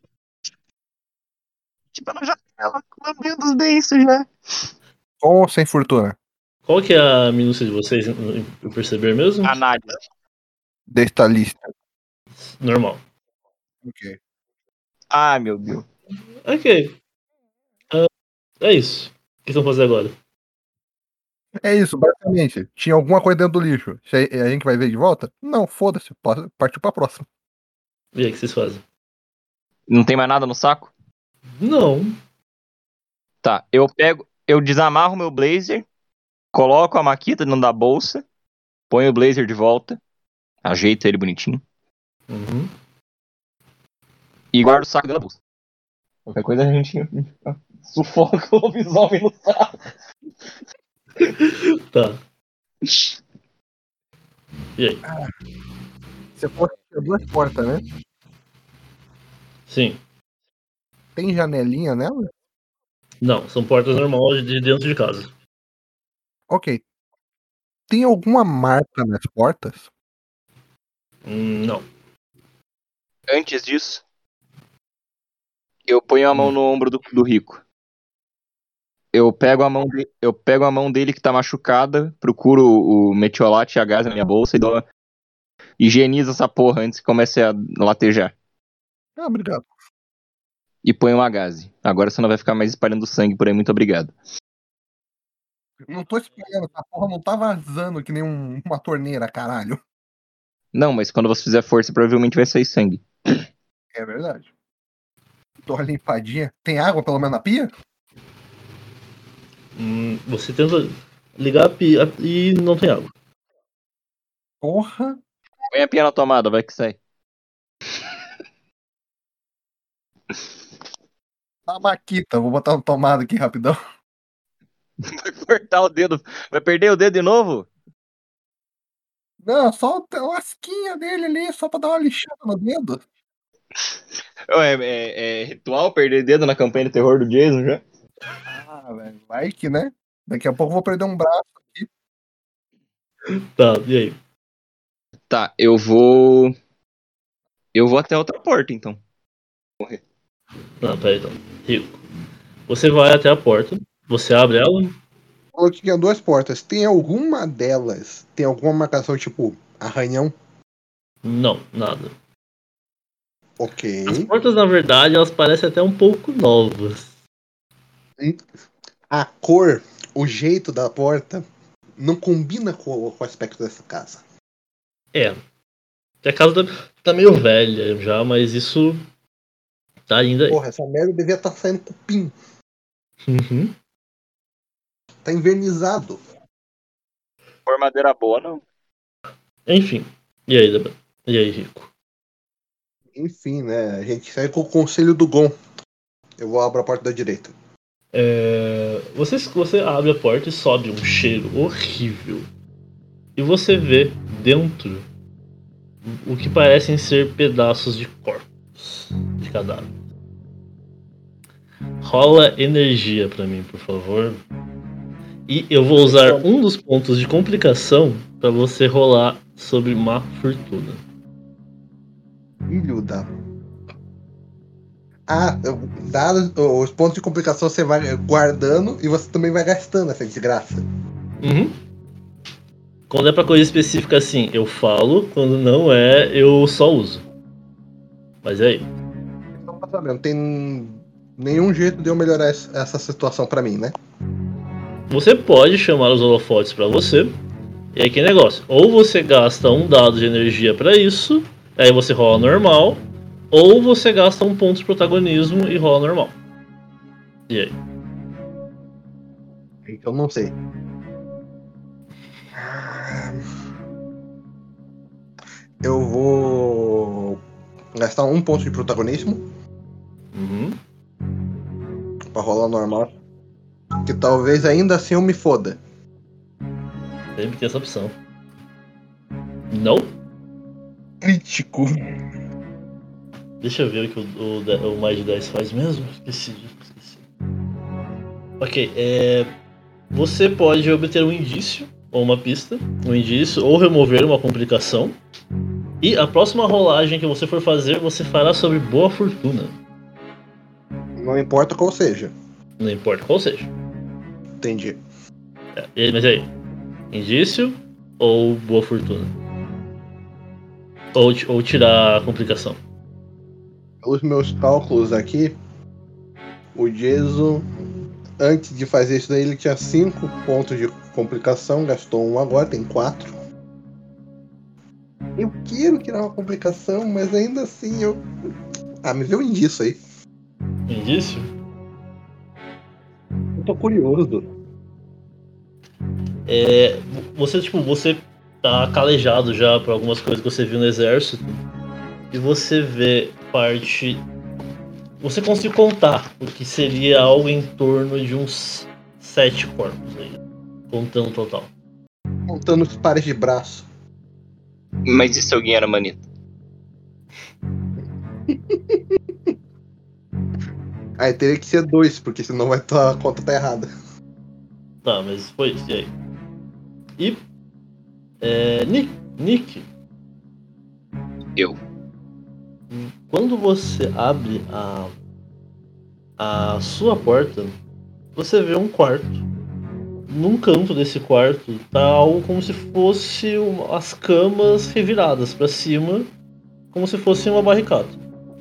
Speaker 3: Tipo, ela já. Ela lambendo os beiços já.
Speaker 2: Com ou sem fortuna?
Speaker 1: Qual que é a minúcia de vocês em em perceber mesmo?
Speaker 3: Análise.
Speaker 2: Desta lista.
Speaker 1: Normal.
Speaker 2: Ok.
Speaker 3: Ah, meu Deus.
Speaker 1: Ok. Ah, é isso. O que vocês vão fazer agora?
Speaker 2: É isso, basicamente. Tinha alguma coisa dentro do lixo. Se é a gente vai ver de volta? Não, foda-se. posso- Partiu pra próxima.
Speaker 1: E aí, o que vocês fazem?
Speaker 3: Não tem mais nada no saco?
Speaker 1: Não.
Speaker 3: Tá, eu pego, eu desamarro meu blazer, coloco a maquita dentro da bolsa, ponho o blazer de volta, ajeito ele bonitinho
Speaker 1: Uhum.
Speaker 3: e guardo o saco dentro da bolsa. Qualquer coisa a gente sufoca o lobisomem no saco.
Speaker 1: Tá.
Speaker 3: (laughs)
Speaker 2: Você pode ter duas portas, né?
Speaker 1: Sim.
Speaker 2: Tem janelinha nela?
Speaker 1: Não, são portas normais de dentro de casa.
Speaker 2: Ok. Tem alguma marca nas portas?
Speaker 1: Hum, Não.
Speaker 3: Antes disso, eu ponho a mão no ombro do, do rico. Eu pego a mão dele, eu pego a mão dele que tá machucada, procuro o metiolate e a gás na minha bolsa e dou uma... higienizo essa porra antes que comece a latejar.
Speaker 2: Ah, obrigado.
Speaker 3: E põe uma gase. Agora você não vai ficar mais espalhando sangue por aí, muito obrigado.
Speaker 2: Não tô espalhando, essa porra não tá vazando que nem um- uma torneira, caralho.
Speaker 3: Não, mas quando você fizer força, provavelmente vai sair sangue.
Speaker 2: É verdade. Tô uma limpadinha. Tem água pelo menos na pia?
Speaker 1: Hum, Você tenta ligar a pia e não tem água.
Speaker 2: Porra.
Speaker 3: Põe a pia na tomada, vai que sai. (laughs)
Speaker 2: Tabaquita. Vou botar no tomada aqui rapidão.
Speaker 3: Vai cortar o dedo. Vai perder o dedo de novo?
Speaker 2: Não, só a lasquinha dele ali, só pra dar uma lixada no dedo.
Speaker 3: Ué, é, é ritual perder dedo na campanha de terror do Jason já?
Speaker 2: Ah, velho. Vai que, né? Daqui a pouco eu vou perder um braço.
Speaker 1: Tá, e aí?
Speaker 3: Tá, eu vou. Eu vou até outra porta, então.
Speaker 1: Não, peraí então. Rico. Você vai até a porta, você abre ela,
Speaker 5: Falou que tinha duas portas. Tem alguma delas? Tem alguma marcação tipo arranhão?
Speaker 1: não, nada.
Speaker 5: Ok.
Speaker 1: As portas, na verdade, elas parecem até um pouco novas.
Speaker 5: A cor, o jeito da porta não combina com, o- com o aspecto dessa casa.
Speaker 1: É. A casa tá, tá meio velha já, mas isso tá ainda aí.
Speaker 5: Porra, essa merda devia estar saindo cupim.
Speaker 1: Uhum.
Speaker 5: Tá invernizado.
Speaker 3: For madeira boa, não.
Speaker 1: Enfim. E aí, Debra? E aí, Rico?
Speaker 5: Enfim, né? A gente sai com o conselho do Gon. Eu vou abrir a porta da direita.
Speaker 1: É, você, você abre a porta e sobe um cheiro horrível. E você vê dentro o que parecem ser pedaços de corpos, de cadáver. Rola energia pra mim, por favor. E eu vou usar um dos pontos de complicação pra você rolar sobre má fortuna.
Speaker 5: Filho da. Ah, eu- dados os pontos de complicação você vai guardando e você também vai gastando essa desgraça.
Speaker 1: Uhum. Quando é pra coisa específica assim, eu falo, quando não é, eu só uso. Mas é aí.
Speaker 5: Então, tá sabendo, tem nenhum jeito de eu melhorar es- essa situação pra mim, né?
Speaker 1: Você pode chamar os holofotes pra você. E aí que negócio? Ou você gasta um dado de energia pra isso, aí você rola normal, ou você gasta um ponto de protagonismo e rola normal. E aí?
Speaker 5: Então não sei. Ah, Eu vou gastar um ponto de protagonismo
Speaker 1: Uhum.
Speaker 5: pra rolar normal. Que talvez ainda assim eu me foda.
Speaker 1: Sempre tem essa opção. Não?
Speaker 5: Crítico.
Speaker 1: Deixa eu ver o que o, o, de- o mais de 10 faz mesmo. Esqueci, esqueci. Ok, é. Você pode obter um indício, ou uma pista, um indício, ou remover uma complicação. E a próxima rolagem que você for fazer, você fará sobre boa fortuna.
Speaker 5: Não importa qual seja.
Speaker 1: Não importa qual seja.
Speaker 5: Entendi.
Speaker 1: É, e- mas e aí? Indício ou boa fortuna? Ou, ti- ou tirar a complicação.
Speaker 5: Os meus cálculos aqui, o Jason, antes de fazer isso daí, ele tinha 5 pontos de complicação, gastou um agora, tem 4. Eu quero tirar uma complicação, mas ainda assim eu. Ah, me vê um indício aí.
Speaker 1: Indício?
Speaker 5: Eu tô curioso.
Speaker 1: É, você, tipo, você tá calejado já por algumas coisas que você viu no exército. E você vê parte. Você consegue contar o que seria algo em torno de uns sete corpos aí. Contando o total.
Speaker 5: Montando os pares de braço.
Speaker 3: Mas e se alguém era manito?
Speaker 5: Aí teria que ser dois, porque senão vai tá, a conta tá errada.
Speaker 1: Tá, mas foi isso, e aí? E. É, Nick, Nick,
Speaker 4: Eu.
Speaker 1: quando você abre a. a sua porta, Você vê um quarto. Num canto desse quarto tá algo como se fosse um- as camas reviradas pra cima, como se fosse uma barricada.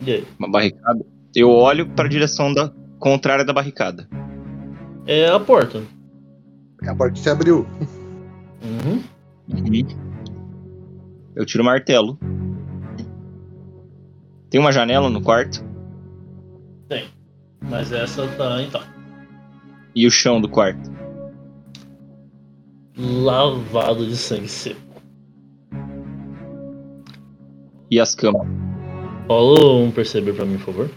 Speaker 1: E aí?
Speaker 3: Uma barricada. Eu olho pra direção da contrária da barricada.
Speaker 1: É a porta.
Speaker 5: É a porta que se abriu.
Speaker 1: Uhum.
Speaker 3: Eu tiro o martelo. Tem uma janela no quarto
Speaker 1: Mas essa tá intacta.
Speaker 3: e o chão do quarto.
Speaker 1: Lavado de sangue seco.
Speaker 3: E as camas.
Speaker 1: Rola um perceber pra mim, por favor.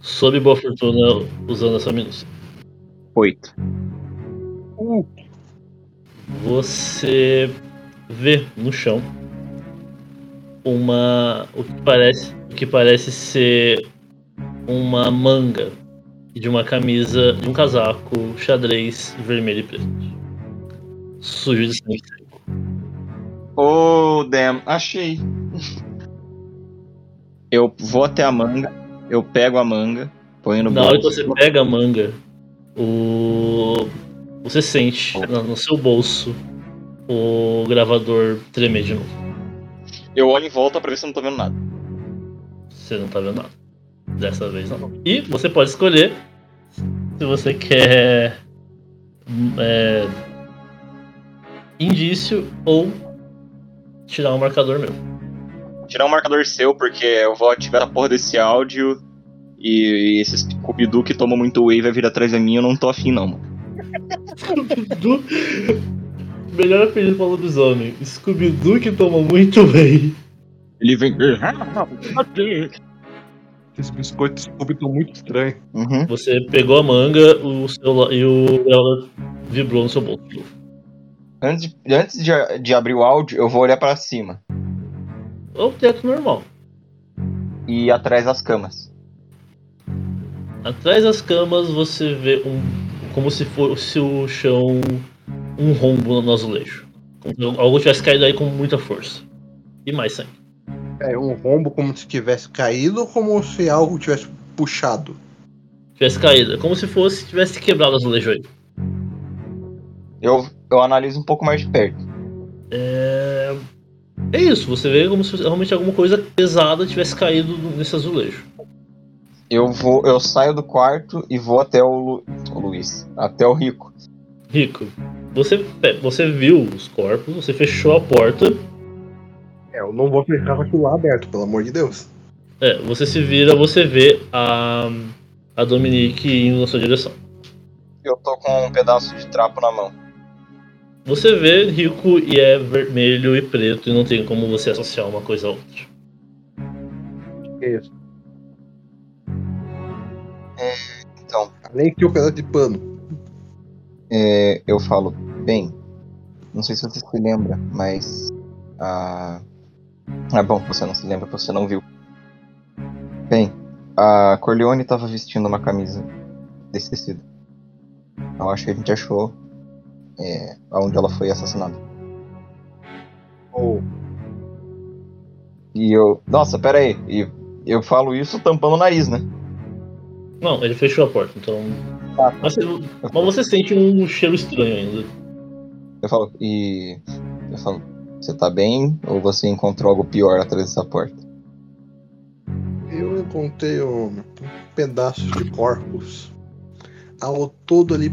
Speaker 1: Sob boa fortuna usando essa minúcia.
Speaker 3: Oito.
Speaker 1: Você vê no chão uma o que parece o que parece ser uma manga de uma camisa de um casaco xadrez vermelho e preto sujo de sangue seco.
Speaker 3: Oh, damn. Achei. (laughs) Eu vou até a manga. Eu pego a manga. Ponho no
Speaker 1: Na hora que
Speaker 3: bolso.
Speaker 1: você pega a manga, o você sente na- no seu bolso o gravador tremer de novo.
Speaker 3: Eu olho em volta pra ver se eu não tô vendo nada.
Speaker 1: Você não tá vendo nada. Dessa vez não. E você pode escolher se você quer hum, é, indício ou tirar um marcador meu.
Speaker 3: Tirar um marcador seu, porque eu vou ativar a porra desse áudio. E, e esses cubidu que tomam muito wave vai vir atrás de mim. Eu não tô afim, não. mano.
Speaker 1: Du... (laughs) Melhor apelido pra lobisomem. Scooby-Doo que toma muito bem.
Speaker 3: Ele vem. (laughs)
Speaker 5: Esses biscoitos estão muito estranhos.
Speaker 3: Uhum.
Speaker 1: Você pegou a manga o celular, e o ela vibrou no seu bolso. de novo.
Speaker 3: Antes, de, antes de, de abrir o áudio, eu vou olhar pra cima
Speaker 1: É o teto normal.
Speaker 3: e ir atrás das camas.
Speaker 1: Atrás das camas você vê um. como se fosse o chão um rombo no azulejo. Como se algo tivesse caído aí com muita força. E mais sangue.
Speaker 5: É um rombo como se tivesse caído ou como se algo tivesse puxado.
Speaker 1: Tivesse caído. é Como se fosse tivesse quebrado o azulejo aí.
Speaker 3: Eu, eu analiso um pouco mais de perto.
Speaker 1: É. É isso, você vê como se realmente alguma coisa pesada tivesse caído nesse azulejo.
Speaker 3: Eu vou, eu saio do quarto e vou até o, Lu, o Luiz, até o Rico.
Speaker 1: Rico, você, pe- você viu os corpos, você fechou a porta.
Speaker 5: É, eu não vou fechar com aquilo lá aberto, pelo amor de Deus.
Speaker 1: É, você se vira, você vê a. a Dominique indo na sua direção.
Speaker 3: Eu tô com um pedaço de trapo na mão.
Speaker 1: Você vê rico e é vermelho e preto e não tem como você associar uma coisa a outra.
Speaker 5: É isso. É,
Speaker 3: então.
Speaker 5: Além que o pedaço de pano.
Speaker 3: É, eu falo, bem, não sei se você se lembra, mas ah, é bom que você não se lembra, porque você não viu. Bem, a Corleone estava vestindo uma camisa desse tecido. Eu acho que a gente achou é, onde ela foi assassinada.
Speaker 5: Ou
Speaker 3: E eu, nossa, pera aí, e eu falo isso tampando o nariz, né?
Speaker 1: Não, ele fechou a porta, então.
Speaker 3: Tá.
Speaker 1: Mas, você- mas você sente um cheiro estranho ainda.
Speaker 3: Eu falo, e eu falo, você tá bem ou você encontrou algo pior atrás dessa porta?
Speaker 5: Eu encontrei um, um pedaço de corpos. Ao todo ali,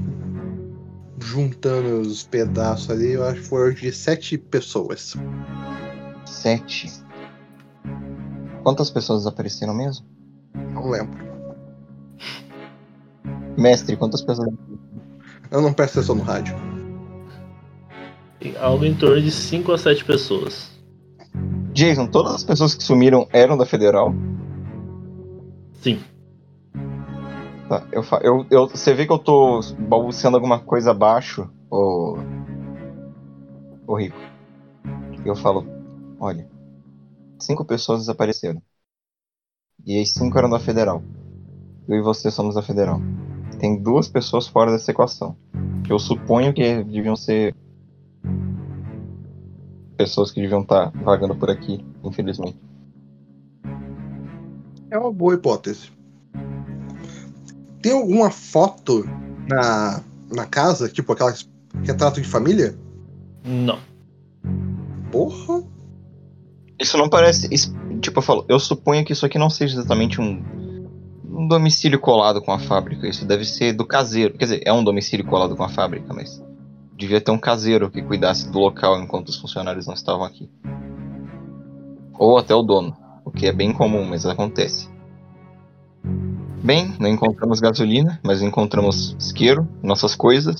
Speaker 5: juntando os pedaços ali, eu acho que foi de sete pessoas.
Speaker 3: Sete. Quantas pessoas desapareceram mesmo?
Speaker 5: Não lembro.
Speaker 3: Mestre, quantas pessoas.
Speaker 5: Eu não presto atenção no rádio.
Speaker 1: Tem Algo em torno de 5 a 7 pessoas.
Speaker 3: Jason, todas as pessoas que sumiram eram da Federal?
Speaker 1: Sim.
Speaker 3: Tá, eu, fa- eu, eu- você vê que eu tô balbuciando alguma coisa abaixo, ô. Ô Rico. Eu falo, olha, cinco pessoas desapareceram. E as cinco eram da Federal. Eu e você somos da Federal. Tem duas pessoas fora dessa equação. Que eu suponho que deviam ser. Pessoas que deviam estar vagando por aqui, infelizmente.
Speaker 5: É uma boa hipótese. Tem alguma foto na, na casa? Tipo aquelas retrato de família?
Speaker 1: Não.
Speaker 5: Porra.
Speaker 6: Isso não parece. isso- tipo, eu falo, eu suponho que isso aqui não seja exatamente um, um domicílio colado com a fábrica. Isso deve ser do caseiro. Quer dizer, é um domicílio colado com a fábrica, mas devia ter um caseiro que cuidasse do local enquanto os funcionários não estavam aqui. Ou até o dono, o que é bem comum, mas acontece. Bem, não encontramos gasolina, mas encontramos isqueiro, nossas coisas,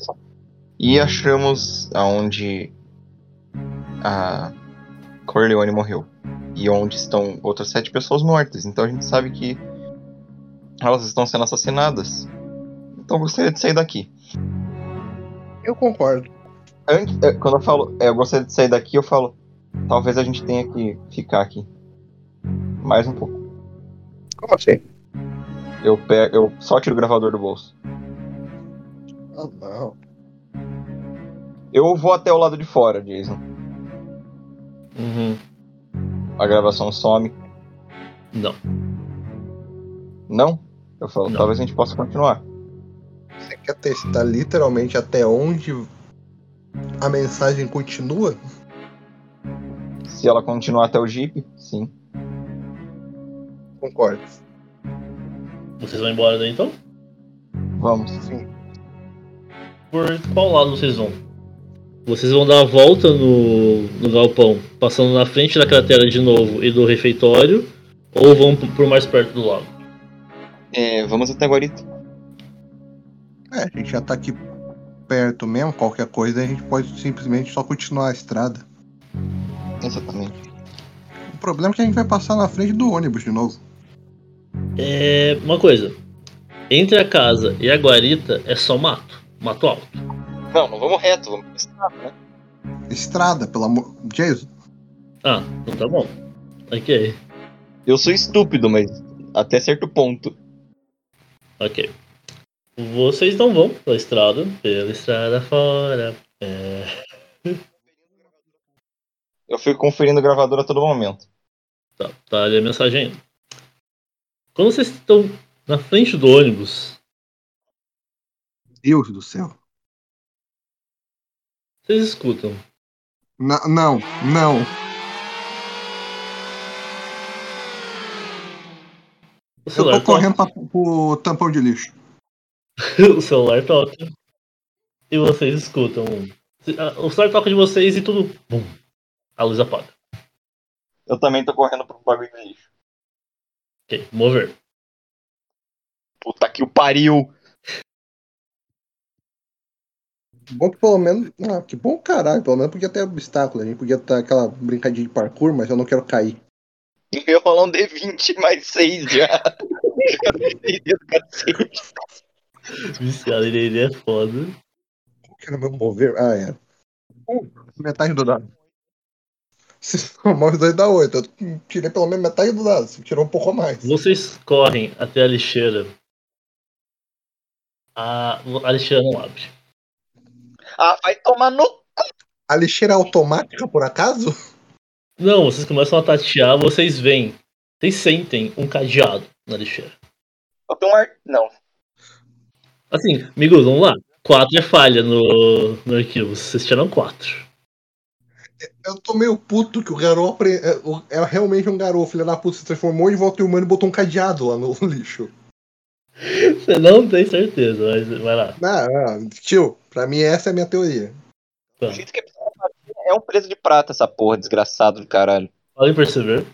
Speaker 6: e achamos aonde a Corleone morreu e onde estão outras sete pessoas mortas. Então a gente sabe que elas estão sendo assassinadas. Então eu gostaria de sair daqui.
Speaker 5: Eu concordo.
Speaker 6: Antes- é, quando eu falo é, eu gostaria de sair daqui, eu falo talvez a gente tenha que ficar aqui mais um pouco.
Speaker 5: Como assim?
Speaker 6: Eu pego, eu só tiro o gravador do bolso.
Speaker 5: Ah, não.
Speaker 6: Eu vou até o lado de fora, Jason. A gravação some.
Speaker 1: Não.
Speaker 6: Não? Eu falo,
Speaker 1: Não.
Speaker 6: talvez a gente possa continuar.
Speaker 5: Você quer testar tá literalmente até onde a mensagem continua?
Speaker 6: Se ela continuar até o Jeep, sim.
Speaker 5: Concordo.
Speaker 1: Vocês vão embora daí então?
Speaker 6: Vamos.
Speaker 5: Sim.
Speaker 1: Por qual lado vocês vão? Vocês vão dar a volta no, no galpão, passando na frente da cratera de novo e do refeitório, ou vão p- por mais perto do lago?
Speaker 6: É, vamos até Guarita.
Speaker 5: É, a gente já tá aqui perto mesmo. Qualquer coisa a gente pode simplesmente só continuar a estrada.
Speaker 6: Exatamente.
Speaker 5: O problema é que a gente vai passar na frente do ônibus de novo.
Speaker 1: É uma coisa. Entre a casa e a guarita é só mato, mato alto.
Speaker 6: Não, não vamos reto, vamos
Speaker 5: Estrada, pelo amor. Jason,
Speaker 1: Ah, então tá bom. Ok,
Speaker 6: Eu sou estúpido, mas até certo ponto.
Speaker 1: ok. Vocês não vão pela estrada, pela estrada fora. É,
Speaker 6: Eu fui conferindo o gravador a todo momento.
Speaker 1: Tá, tá ali a mensagem ainda. Quando vocês estão na frente do ônibus,
Speaker 5: Deus do céu.
Speaker 1: vocês escutam.
Speaker 5: Na- não, não.
Speaker 1: O
Speaker 5: Eu
Speaker 1: celular,
Speaker 5: tô
Speaker 1: toca,
Speaker 5: correndo pra, pro tampão de lixo.
Speaker 1: (laughs) o celular toca. E vocês escutam. ah, O celular toca de vocês e tudo. Bum, a luz apaga.
Speaker 6: Eu também tô correndo pro bagulho de lixo.
Speaker 1: Ok, mover.
Speaker 6: Puta que o pariu!
Speaker 5: Bom que pelo menos. Ah, que bom caralho, pelo menos podia ter obstáculo. A gente podia ter aquela brincadinha de parkour, mas eu não quero cair.
Speaker 6: (laughs) Eu ia rolar um D20 mais 6 já.
Speaker 1: Viciado, ele, ele é foda.
Speaker 5: Eu quero me mover. Ah, era. Uh, metade do dado. Se somar os dois dá oito. Eu tirei pelo menos metade do dado. Você tirou um pouco a mais.
Speaker 1: Vocês correm até a lixeira. A, a lixeira não abre.
Speaker 6: ah, vai tomar no.
Speaker 5: A lixeira é automática, por acaso?
Speaker 1: Não, vocês começam a tatear, vocês veem. Vocês sentem um cadeado na lixeira.
Speaker 6: Eu tenho um ar. Não.
Speaker 1: Assim, amigos, vamos lá. Quatro é falha no, no arquivo. Vocês tiraram quatro.
Speaker 5: Eu tô meio puto que o garoto apre- é, o- é realmente um garoto, filho da puta, se transformou em volta humano e botou um cadeado lá no (laughs) lixo.
Speaker 1: Você não tem certeza, mas vai lá.
Speaker 5: Ah, ah, tio, pra mim essa é a minha teoria.
Speaker 1: Tá.
Speaker 6: Do jeito que é possível fazer, é um preso de prata essa porra, desgraçado do caralho.
Speaker 1: Podem perceber.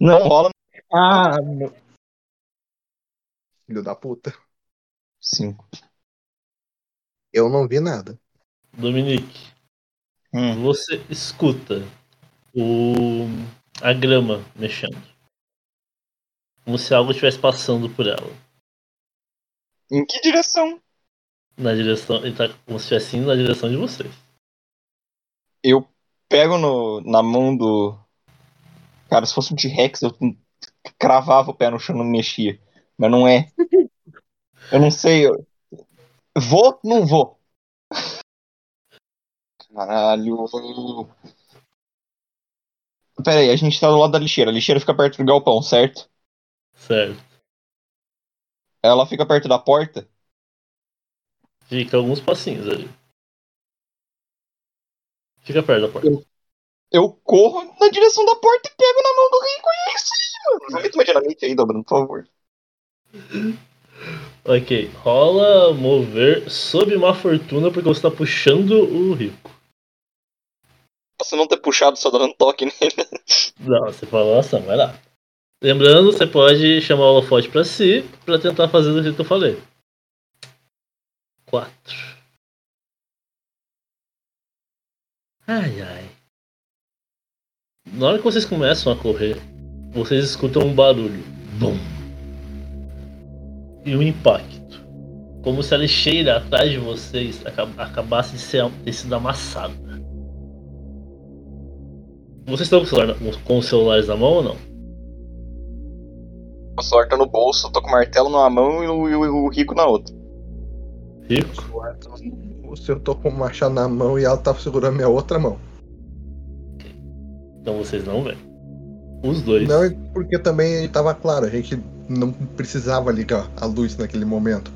Speaker 6: Não rola
Speaker 5: Ah, meu. Filho da puta.
Speaker 6: 5.
Speaker 5: Eu não vi nada.
Speaker 1: Dominique, você escuta o a grama mexendo. Como se algo estivesse passando por ela.
Speaker 6: Em que direção?
Speaker 1: Na direção. Ele tá como se estivesse indo na direção de vocês.
Speaker 6: Eu pego no, na mão do. Cara, se fosse um T-Rex, eu cravava o pé no chão e não mexia. Mas não é. Eu não sei. Eu... Vou? Não vou. Caralho. Pera aí, a gente tá do lado da lixeira. A lixeira fica perto do galpão, certo?
Speaker 1: Certo.
Speaker 6: Ela fica perto da porta?
Speaker 1: Fica alguns passinhos ali. Fica perto da porta.
Speaker 6: Eu corro na direção da porta e pego na mão do Rico e é isso aí, mano. Aumenta uma dinamite aí, dobrando, por favor.
Speaker 1: Ok, rola mover sob má fortuna porque você tá puxando o rico.
Speaker 6: Pra Você não ter puxado só dando toque né? nele.
Speaker 1: Não, você falou ação, vai lá. Lembrando, você pode chamar o holofote pra si pra tentar fazer do jeito que eu falei. Quatro. Ai ai. Na hora que vocês começam a correr, vocês escutam um barulho. Bum. E um impacto. Como se a lixeira atrás de vocês acab- acabasse de ser, ter sido amassada. Vocês estão com, o celular na- com os celulares na mão ou não?
Speaker 6: O celular tá no bolso, eu tô com o martelo numa mão e o, e o- e o Rico na outra.
Speaker 1: Rico?
Speaker 5: Se eu tô com o machado na mão e ela tá segurando minha outra mão.
Speaker 1: Então vocês não veem. Os dois.
Speaker 5: Não, e porque também tava claro, a gente não precisava ligar a luz naquele momento.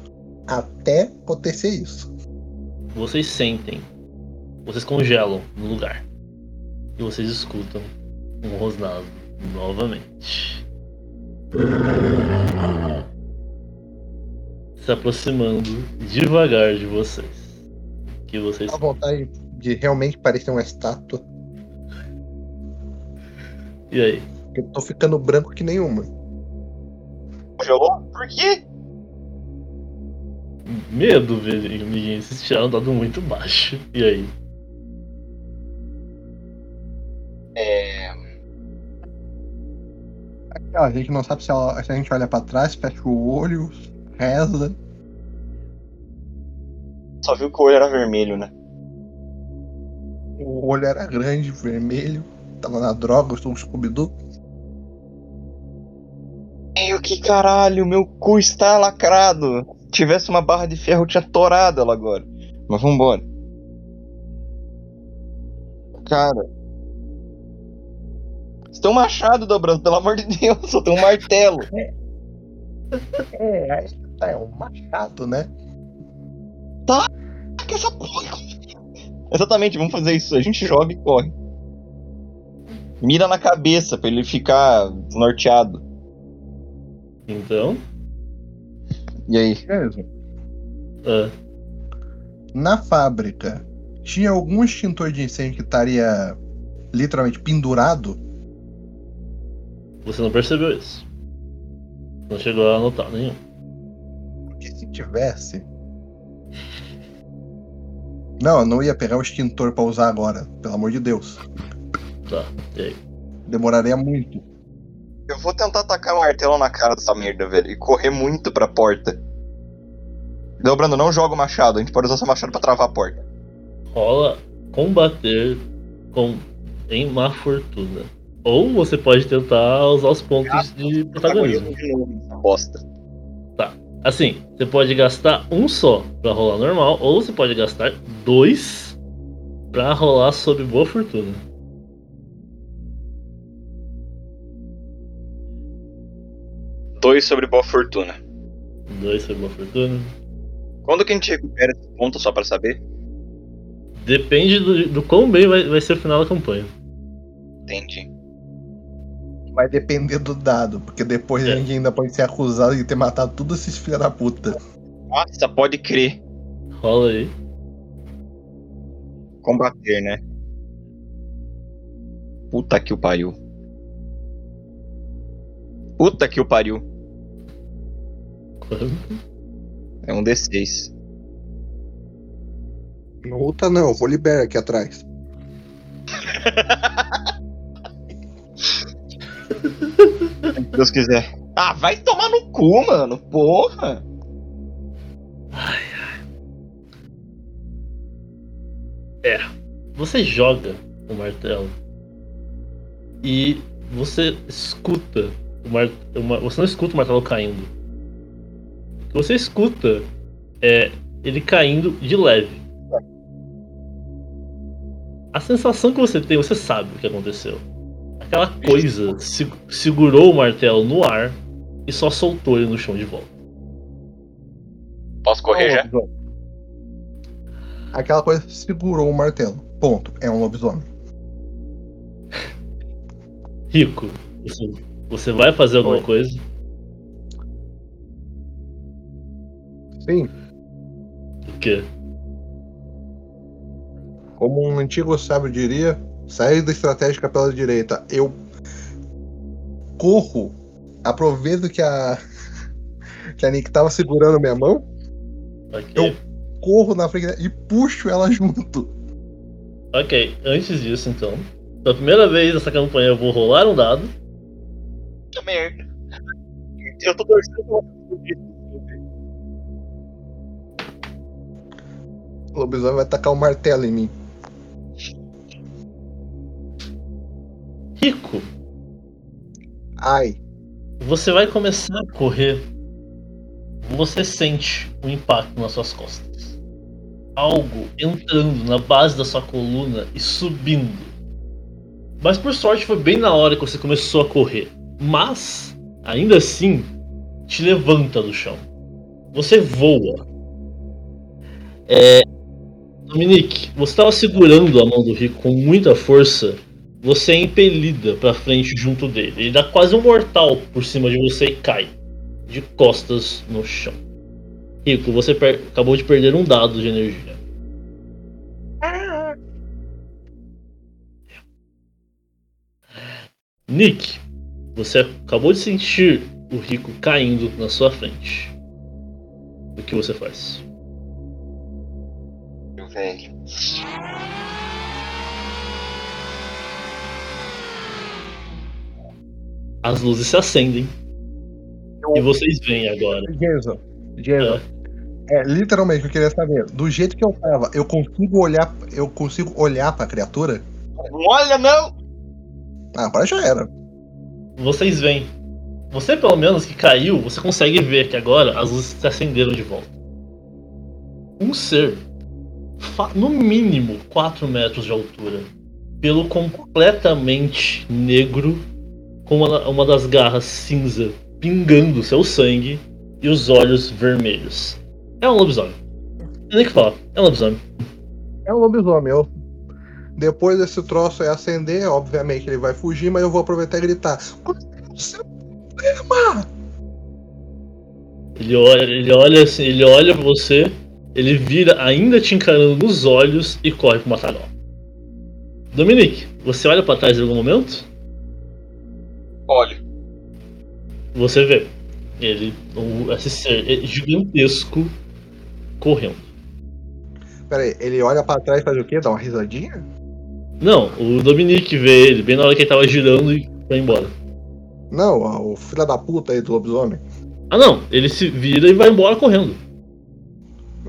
Speaker 5: Até acontecer isso.
Speaker 1: Vocês sentem. Vocês congelam no lugar. E vocês escutam um rosnado novamente. Se aproximando devagar de vocês. Que vocês.
Speaker 5: A vontade de realmente parecer uma estátua.
Speaker 1: E aí?
Speaker 5: porque Eu tô ficando branco que nenhuma.
Speaker 6: Congelou? Por quê?
Speaker 1: Medo, velho, amiguinho. Vocês tiraram um dado muito baixo. E aí?
Speaker 5: Ah, A gente não sabe se, ela- se a gente olha pra trás, fecha o olho, reza.
Speaker 6: Só viu que o olho era vermelho, né?
Speaker 5: O olho era grande, vermelho. Tava na droga, eu sou um scooby
Speaker 6: Meu, que caralho, meu cu está lacrado. Se tivesse uma barra de ferro, eu tinha torado ela agora. Mas vambora. Cara. Você tem um machado dobrando, pelo amor de Deus, eu tenho um martelo.
Speaker 5: É, aí que tá, é um machado, né?
Speaker 6: Que essa porra. Exatamente, vamos fazer isso. A gente joga e corre. Mira na cabeça pra ele ficar norteado.
Speaker 1: Então.
Speaker 6: E aí?
Speaker 1: ah,
Speaker 5: Na fábrica, tinha algum extintor de incêndio que estaria literalmente pendurado?
Speaker 1: você não percebeu isso. Não chegou a anotar nenhum.
Speaker 5: Porque se tivesse. Não, eu não ia pegar o extintor pra usar agora, pelo amor de Deus.
Speaker 1: Tá, e aí?
Speaker 5: Demoraria muito.
Speaker 6: Eu vou tentar atacar o martelo na cara dessa merda, velho. E correr muito pra porta. Lembrando, não joga o machado. A gente pode usar seu machado pra travar a porta.
Speaker 1: rola combater com em má fortuna. Ou você pode tentar usar os pontos de protagonismo.
Speaker 6: de novo, essa bosta.
Speaker 1: Assim, você pode gastar um só pra rolar normal, ou você pode gastar dois pra rolar sob boa fortuna.
Speaker 6: Dois sobre boa fortuna.
Speaker 1: Dois sob boa fortuna.
Speaker 6: Quando que a gente recupera esse ponto, só pra saber?
Speaker 1: Depende do, do quão bem vai, vai ser o final da campanha.
Speaker 6: Entendi.
Speaker 5: Vai depender do dado, porque depois
Speaker 1: É.
Speaker 5: a gente ainda pode ser acusado de ter matado todos esses filha da puta.
Speaker 6: Nossa, pode crer.
Speaker 1: Rola aí.
Speaker 6: Combater, né? Puta que o pariu. Puta que o pariu.
Speaker 1: Quando-
Speaker 6: É um D6.
Speaker 5: Não luta não, eu vou liberar aqui atrás.
Speaker 6: Se Deus quiser. Ah, vai tomar no cu, mano. Porra.
Speaker 1: Você joga o martelo e você escuta o martelo. Você não escuta o martelo caindo. O que Você escuta é ele caindo de leve. A sensação que você tem, você sabe o que aconteceu. Aquela coisa se- segurou o martelo no ar e só soltou ele no chão de volta.
Speaker 4: Posso correr
Speaker 3: Oh,
Speaker 4: já?
Speaker 5: Aquela coisa segurou o martelo. Ponto. É um lobisomem.
Speaker 1: Rico, você, você vai fazer alguma
Speaker 2: Oi.
Speaker 1: coisa?
Speaker 5: Sim.
Speaker 1: O quê?
Speaker 5: Como um antigo sábio diria, saída estratégica pela direita. Eu corro, aproveito que a (laughs) que a Nick tava segurando minha mão,
Speaker 1: Ok.
Speaker 5: Eu- corro na frente dela e puxo ela (laughs) junto.
Speaker 1: Ok, antes disso então. Pela primeira vez nessa campanha eu vou rolar um dado.
Speaker 4: Puta merda. Eu tô torcendo pra
Speaker 5: O lobisomem vai tacar o martelo em mim.
Speaker 1: Rico,
Speaker 5: Ai,
Speaker 1: você vai começar a correr. Você sente um impacto nas suas costas. Algo entrando na base da sua coluna e subindo. Mas por sorte foi bem na hora que você começou a correr. Mas, ainda assim, te levanta do chão. Você voa. É. Dominique, você estava segurando a mão do Rico com muita força. Você é impelida pra frente junto dele. Ele dá quase um mortal por cima de você e cai de costas no chão. Rico, você per- acabou de perder um dado de energia. Nick, você acabou de sentir o Rico caindo na sua frente. O que você faz?
Speaker 3: Meu velho.
Speaker 1: As luzes se acendem. E vocês veem agora.
Speaker 5: Jason, Jason. É, literalmente, eu queria saber, do jeito que eu tava, eu consigo olhar, eu consigo olhar pra criatura?
Speaker 4: Não olha, não!
Speaker 5: Ah, agora já era.
Speaker 1: Vocês veem. Você, pelo menos, que caiu, você consegue ver que agora as luzes se acenderam de volta. Um ser, fa- no mínimo 4 metros de altura, pelo completamente negro, com uma, uma das garras cinza pingando seu sangue e os olhos vermelhos. É um lobisomem. Não tem nem o que falar, é um lobisomem.
Speaker 5: É um lobisomem, eu. Depois desse troço aí acender, obviamente ele vai fugir, mas eu vou aproveitar e gritar. "Qual é o seu problema?"
Speaker 1: Ele olha, ele olha assim, ele olha pra você, ele vira ainda te encarando nos olhos e corre pro matagal. Dominique, você olha pra trás em algum momento?
Speaker 3: Olha.
Speaker 1: Você vê. Ele. o- Esse ser é gigantesco correndo.
Speaker 5: Pera aí, ele olha pra trás e faz o quê? Dá uma risadinha?
Speaker 1: Não, o Dominique vê ele bem na hora que ele tava girando e vai embora.
Speaker 5: Não, ó, o filho da puta aí do lobisomem.
Speaker 1: Ah não, ele se vira e vai embora correndo.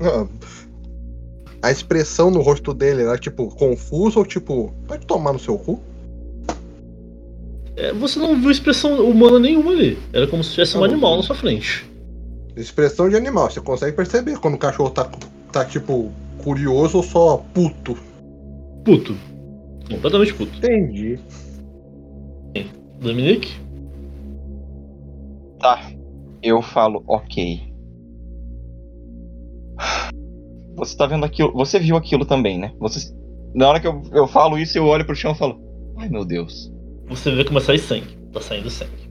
Speaker 5: Não, A expressão no rosto dele era tipo confuso ou tipo, vai tomar no seu cu?
Speaker 1: É, você não viu expressão humana nenhuma ali. Era como se tivesse um
Speaker 5: Tá bom.
Speaker 1: animal na sua frente.
Speaker 5: Expressão de animal, você consegue perceber quando o cachorro tá, tá tipo curioso ou só puto.
Speaker 1: Puto. Completamente puto.
Speaker 5: Entendi.
Speaker 1: Dominique?
Speaker 3: Tá. Eu falo, ok. Você tá vendo aquilo. Você viu aquilo também, né? Você. Na hora que eu, eu falo isso, eu olho pro chão e falo. Ai meu Deus.
Speaker 1: Você vê começar a sair sangue. Tá saindo sangue.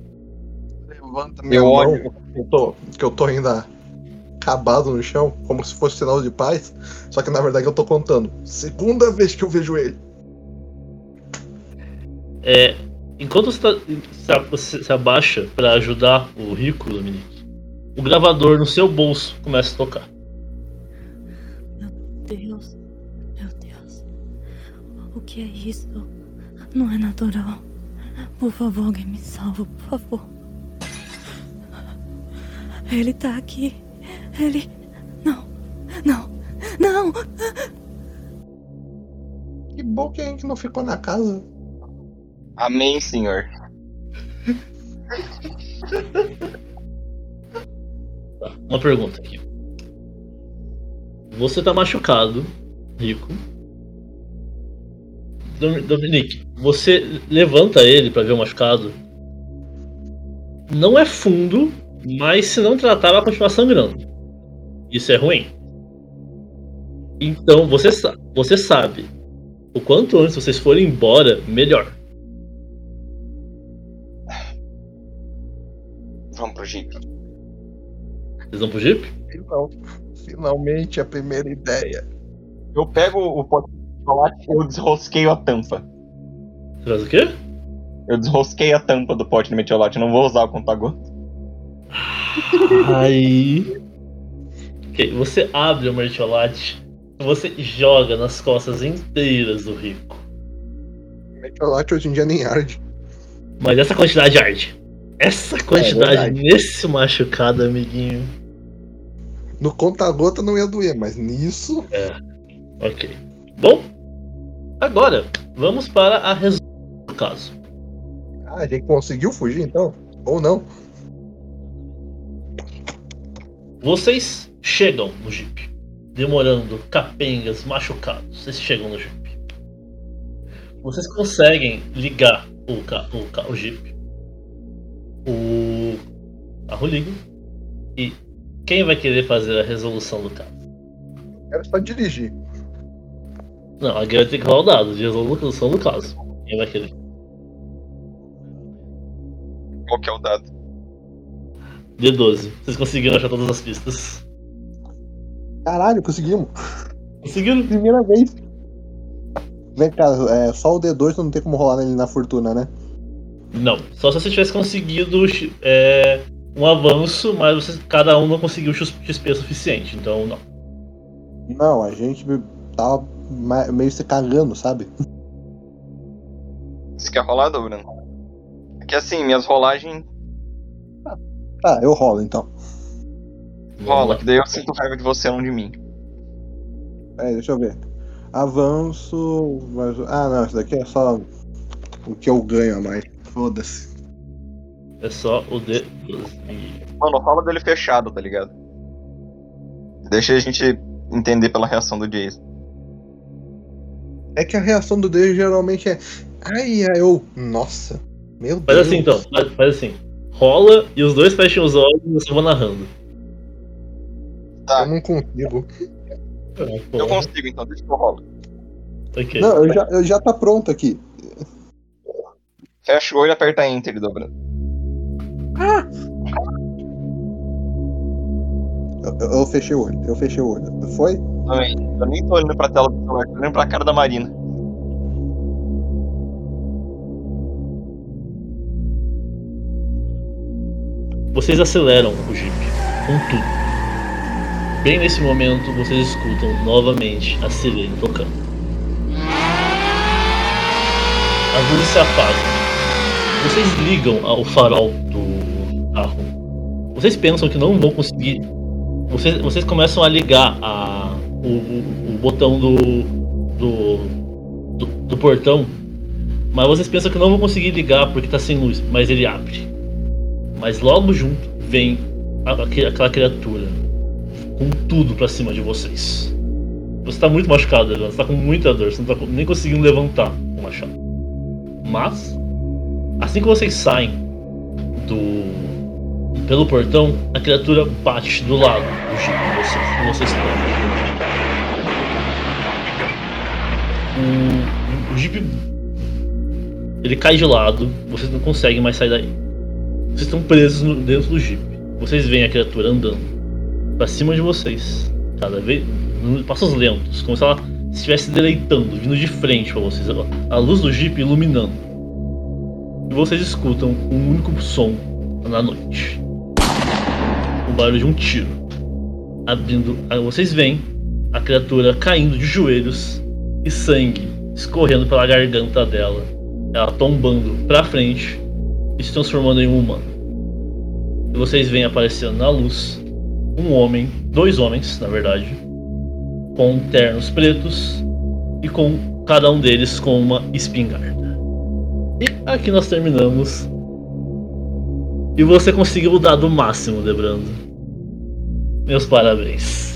Speaker 5: Levanta minha
Speaker 3: Eu
Speaker 5: mão.
Speaker 3: olho.
Speaker 5: eu tô, que eu tô ainda acabado no chão, como se fosse sinal de paz. Só que na verdade eu tô contando. Segunda vez que eu vejo ele.
Speaker 1: É, enquanto você, tá- se a- você se abaixa pra ajudar o rico, Dominique, o gravador no seu bolso começa a tocar.
Speaker 7: Deus, meu Deus, o que é isso? Não é natural. Por favor, alguém me salva, por favor. Ele tá aqui. Ele. Não, não, não!
Speaker 5: Que bom que a gente não ficou na casa.
Speaker 3: Amém, senhor.
Speaker 1: Tá, uma pergunta aqui. Você tá machucado, rico. Dom- Dominique, você levanta ele pra ver o machucado. Não é fundo, mas se não tratar vai continuar sangrando. Isso é ruim. Então você, sa- você sabe. O quanto antes vocês forem embora, melhor.
Speaker 3: Vamos pro jeep.
Speaker 1: Vocês vão pro jeep?
Speaker 5: Final- Finalmente a primeira ideia.
Speaker 3: Eu pego o pote de chocolate e eu desrosqueio a tampa.
Speaker 1: Você faz o quê?
Speaker 3: Eu desrosquei a tampa do pote de metiolate, não vou usar o contagotas.
Speaker 1: Aí. Ok, você abre o mertiolate, você joga nas costas inteiras do rico.
Speaker 5: Metiolate hoje em dia nem arde.
Speaker 1: Mas essa quantidade arde. Essa quantidade
Speaker 5: verdade.
Speaker 1: nesse machucado, amiguinho.
Speaker 5: No conta-gota não ia doer, mas nisso.
Speaker 1: Ok. Bom, agora vamos para a resolução do caso.
Speaker 5: Ah, a gente conseguiu fugir então? Ou não?
Speaker 1: Vocês chegam no Jeep, demorando capengas, machucados. Vocês chegam no Jeep. Vocês conseguem ligar o, ca o, ca o Jeep, o carro liga, e quem vai querer fazer a resolução do caso?
Speaker 5: Era só dirigir.
Speaker 1: Não, a guerra tem que rolar o dado de resolução do caso. Quem vai querer?
Speaker 3: Qual que é o dado?
Speaker 1: D12. Vocês conseguiram achar todas as pistas.
Speaker 5: Caralho, conseguimos.
Speaker 1: Conseguiram?
Speaker 5: Primeira vez. Vem cá, é, só o D2 não tem como rolar nele na fortuna, né?
Speaker 1: Não. Só se você tivesse conseguido é, um avanço, mas vocês- cada um não conseguiu X- XP suficiente. Então, não.
Speaker 5: Não, a gente tava ma- meio se cagando, sabe?
Speaker 3: Você quer rolar, Dô, Bruno? É que assim, minhas rolagens
Speaker 5: Tá, eu rolo então.
Speaker 3: rola, que daí eu sinto raiva de você, não de mim.
Speaker 5: Peraí, deixa eu ver. Avanço. Mas... Ah, não, isso daqui é só o que eu ganho a mais. Foda-se.
Speaker 1: É só o D12.
Speaker 3: Mano, rola dele fechado, tá ligado? Deixa a gente entender pela reação do Jason.
Speaker 5: É que a reação do D geralmente é. Ai, ai, eu. Nossa. Meu
Speaker 1: Faz
Speaker 5: Deus.
Speaker 1: assim então, faz, faz assim. Rola e os dois fecham os olhos e você vai narrando.
Speaker 5: Eu não consigo.
Speaker 3: Eu consigo, então, deixa que eu rolo.
Speaker 1: Ok.
Speaker 5: Não, eu já, eu já tá pronto aqui.
Speaker 3: Fecha o olho e aperta Enter, Dô, Bruno.
Speaker 5: Eu, eu- eu fechei o olho, eu fechei o olho. Foi?
Speaker 3: Também. Eu nem tô olhando pra tela do celular, tô olhando pra cara da Marina.
Speaker 1: Vocês aceleram o Jeep com tudo. Bem nesse momento, vocês escutam novamente a sirene tocando. As luzes se apagam. Vocês ligam ao farol do carro. Vocês pensam que não vão conseguir. Vocês, vocês começam a ligar a, o, o- o botão do, do, do. do portão. Mas vocês pensam que não vão conseguir ligar porque tá sem luz. Mas ele abre. Mas logo junto vem a- aque- aquela criatura com tudo pra cima de vocês. Você tá muito machucado, Evan. Você tá com muita dor. Você não tá co- nem conseguindo levantar o machado. Mas, assim que vocês saem do. pelo portão, a criatura bate do lado do jeep que vocês, que vocês estão. O, o jeep. ele cai de lado, vocês não conseguem mais sair daí. Vocês estão presos no- dentro do jeep. Vocês veem a criatura andando pra cima de vocês, cada vez num- passos lentos, como se ela estivesse deleitando, vindo de frente pra vocês, a- a luz do jeep iluminando. E vocês escutam um único som na noite: o barulho de um tiro. Abrindo, aí vocês veem a criatura caindo de joelhos e sangue escorrendo pela garganta dela, ela tombando pra frente e se transformando em um humano. E vocês veem aparecendo na luz um homem, dois homens, na verdade, com ternos pretos e com cada um deles com uma espingarda. E aqui nós terminamos. E você conseguiu o dado máximo, Debrando. Meus parabéns.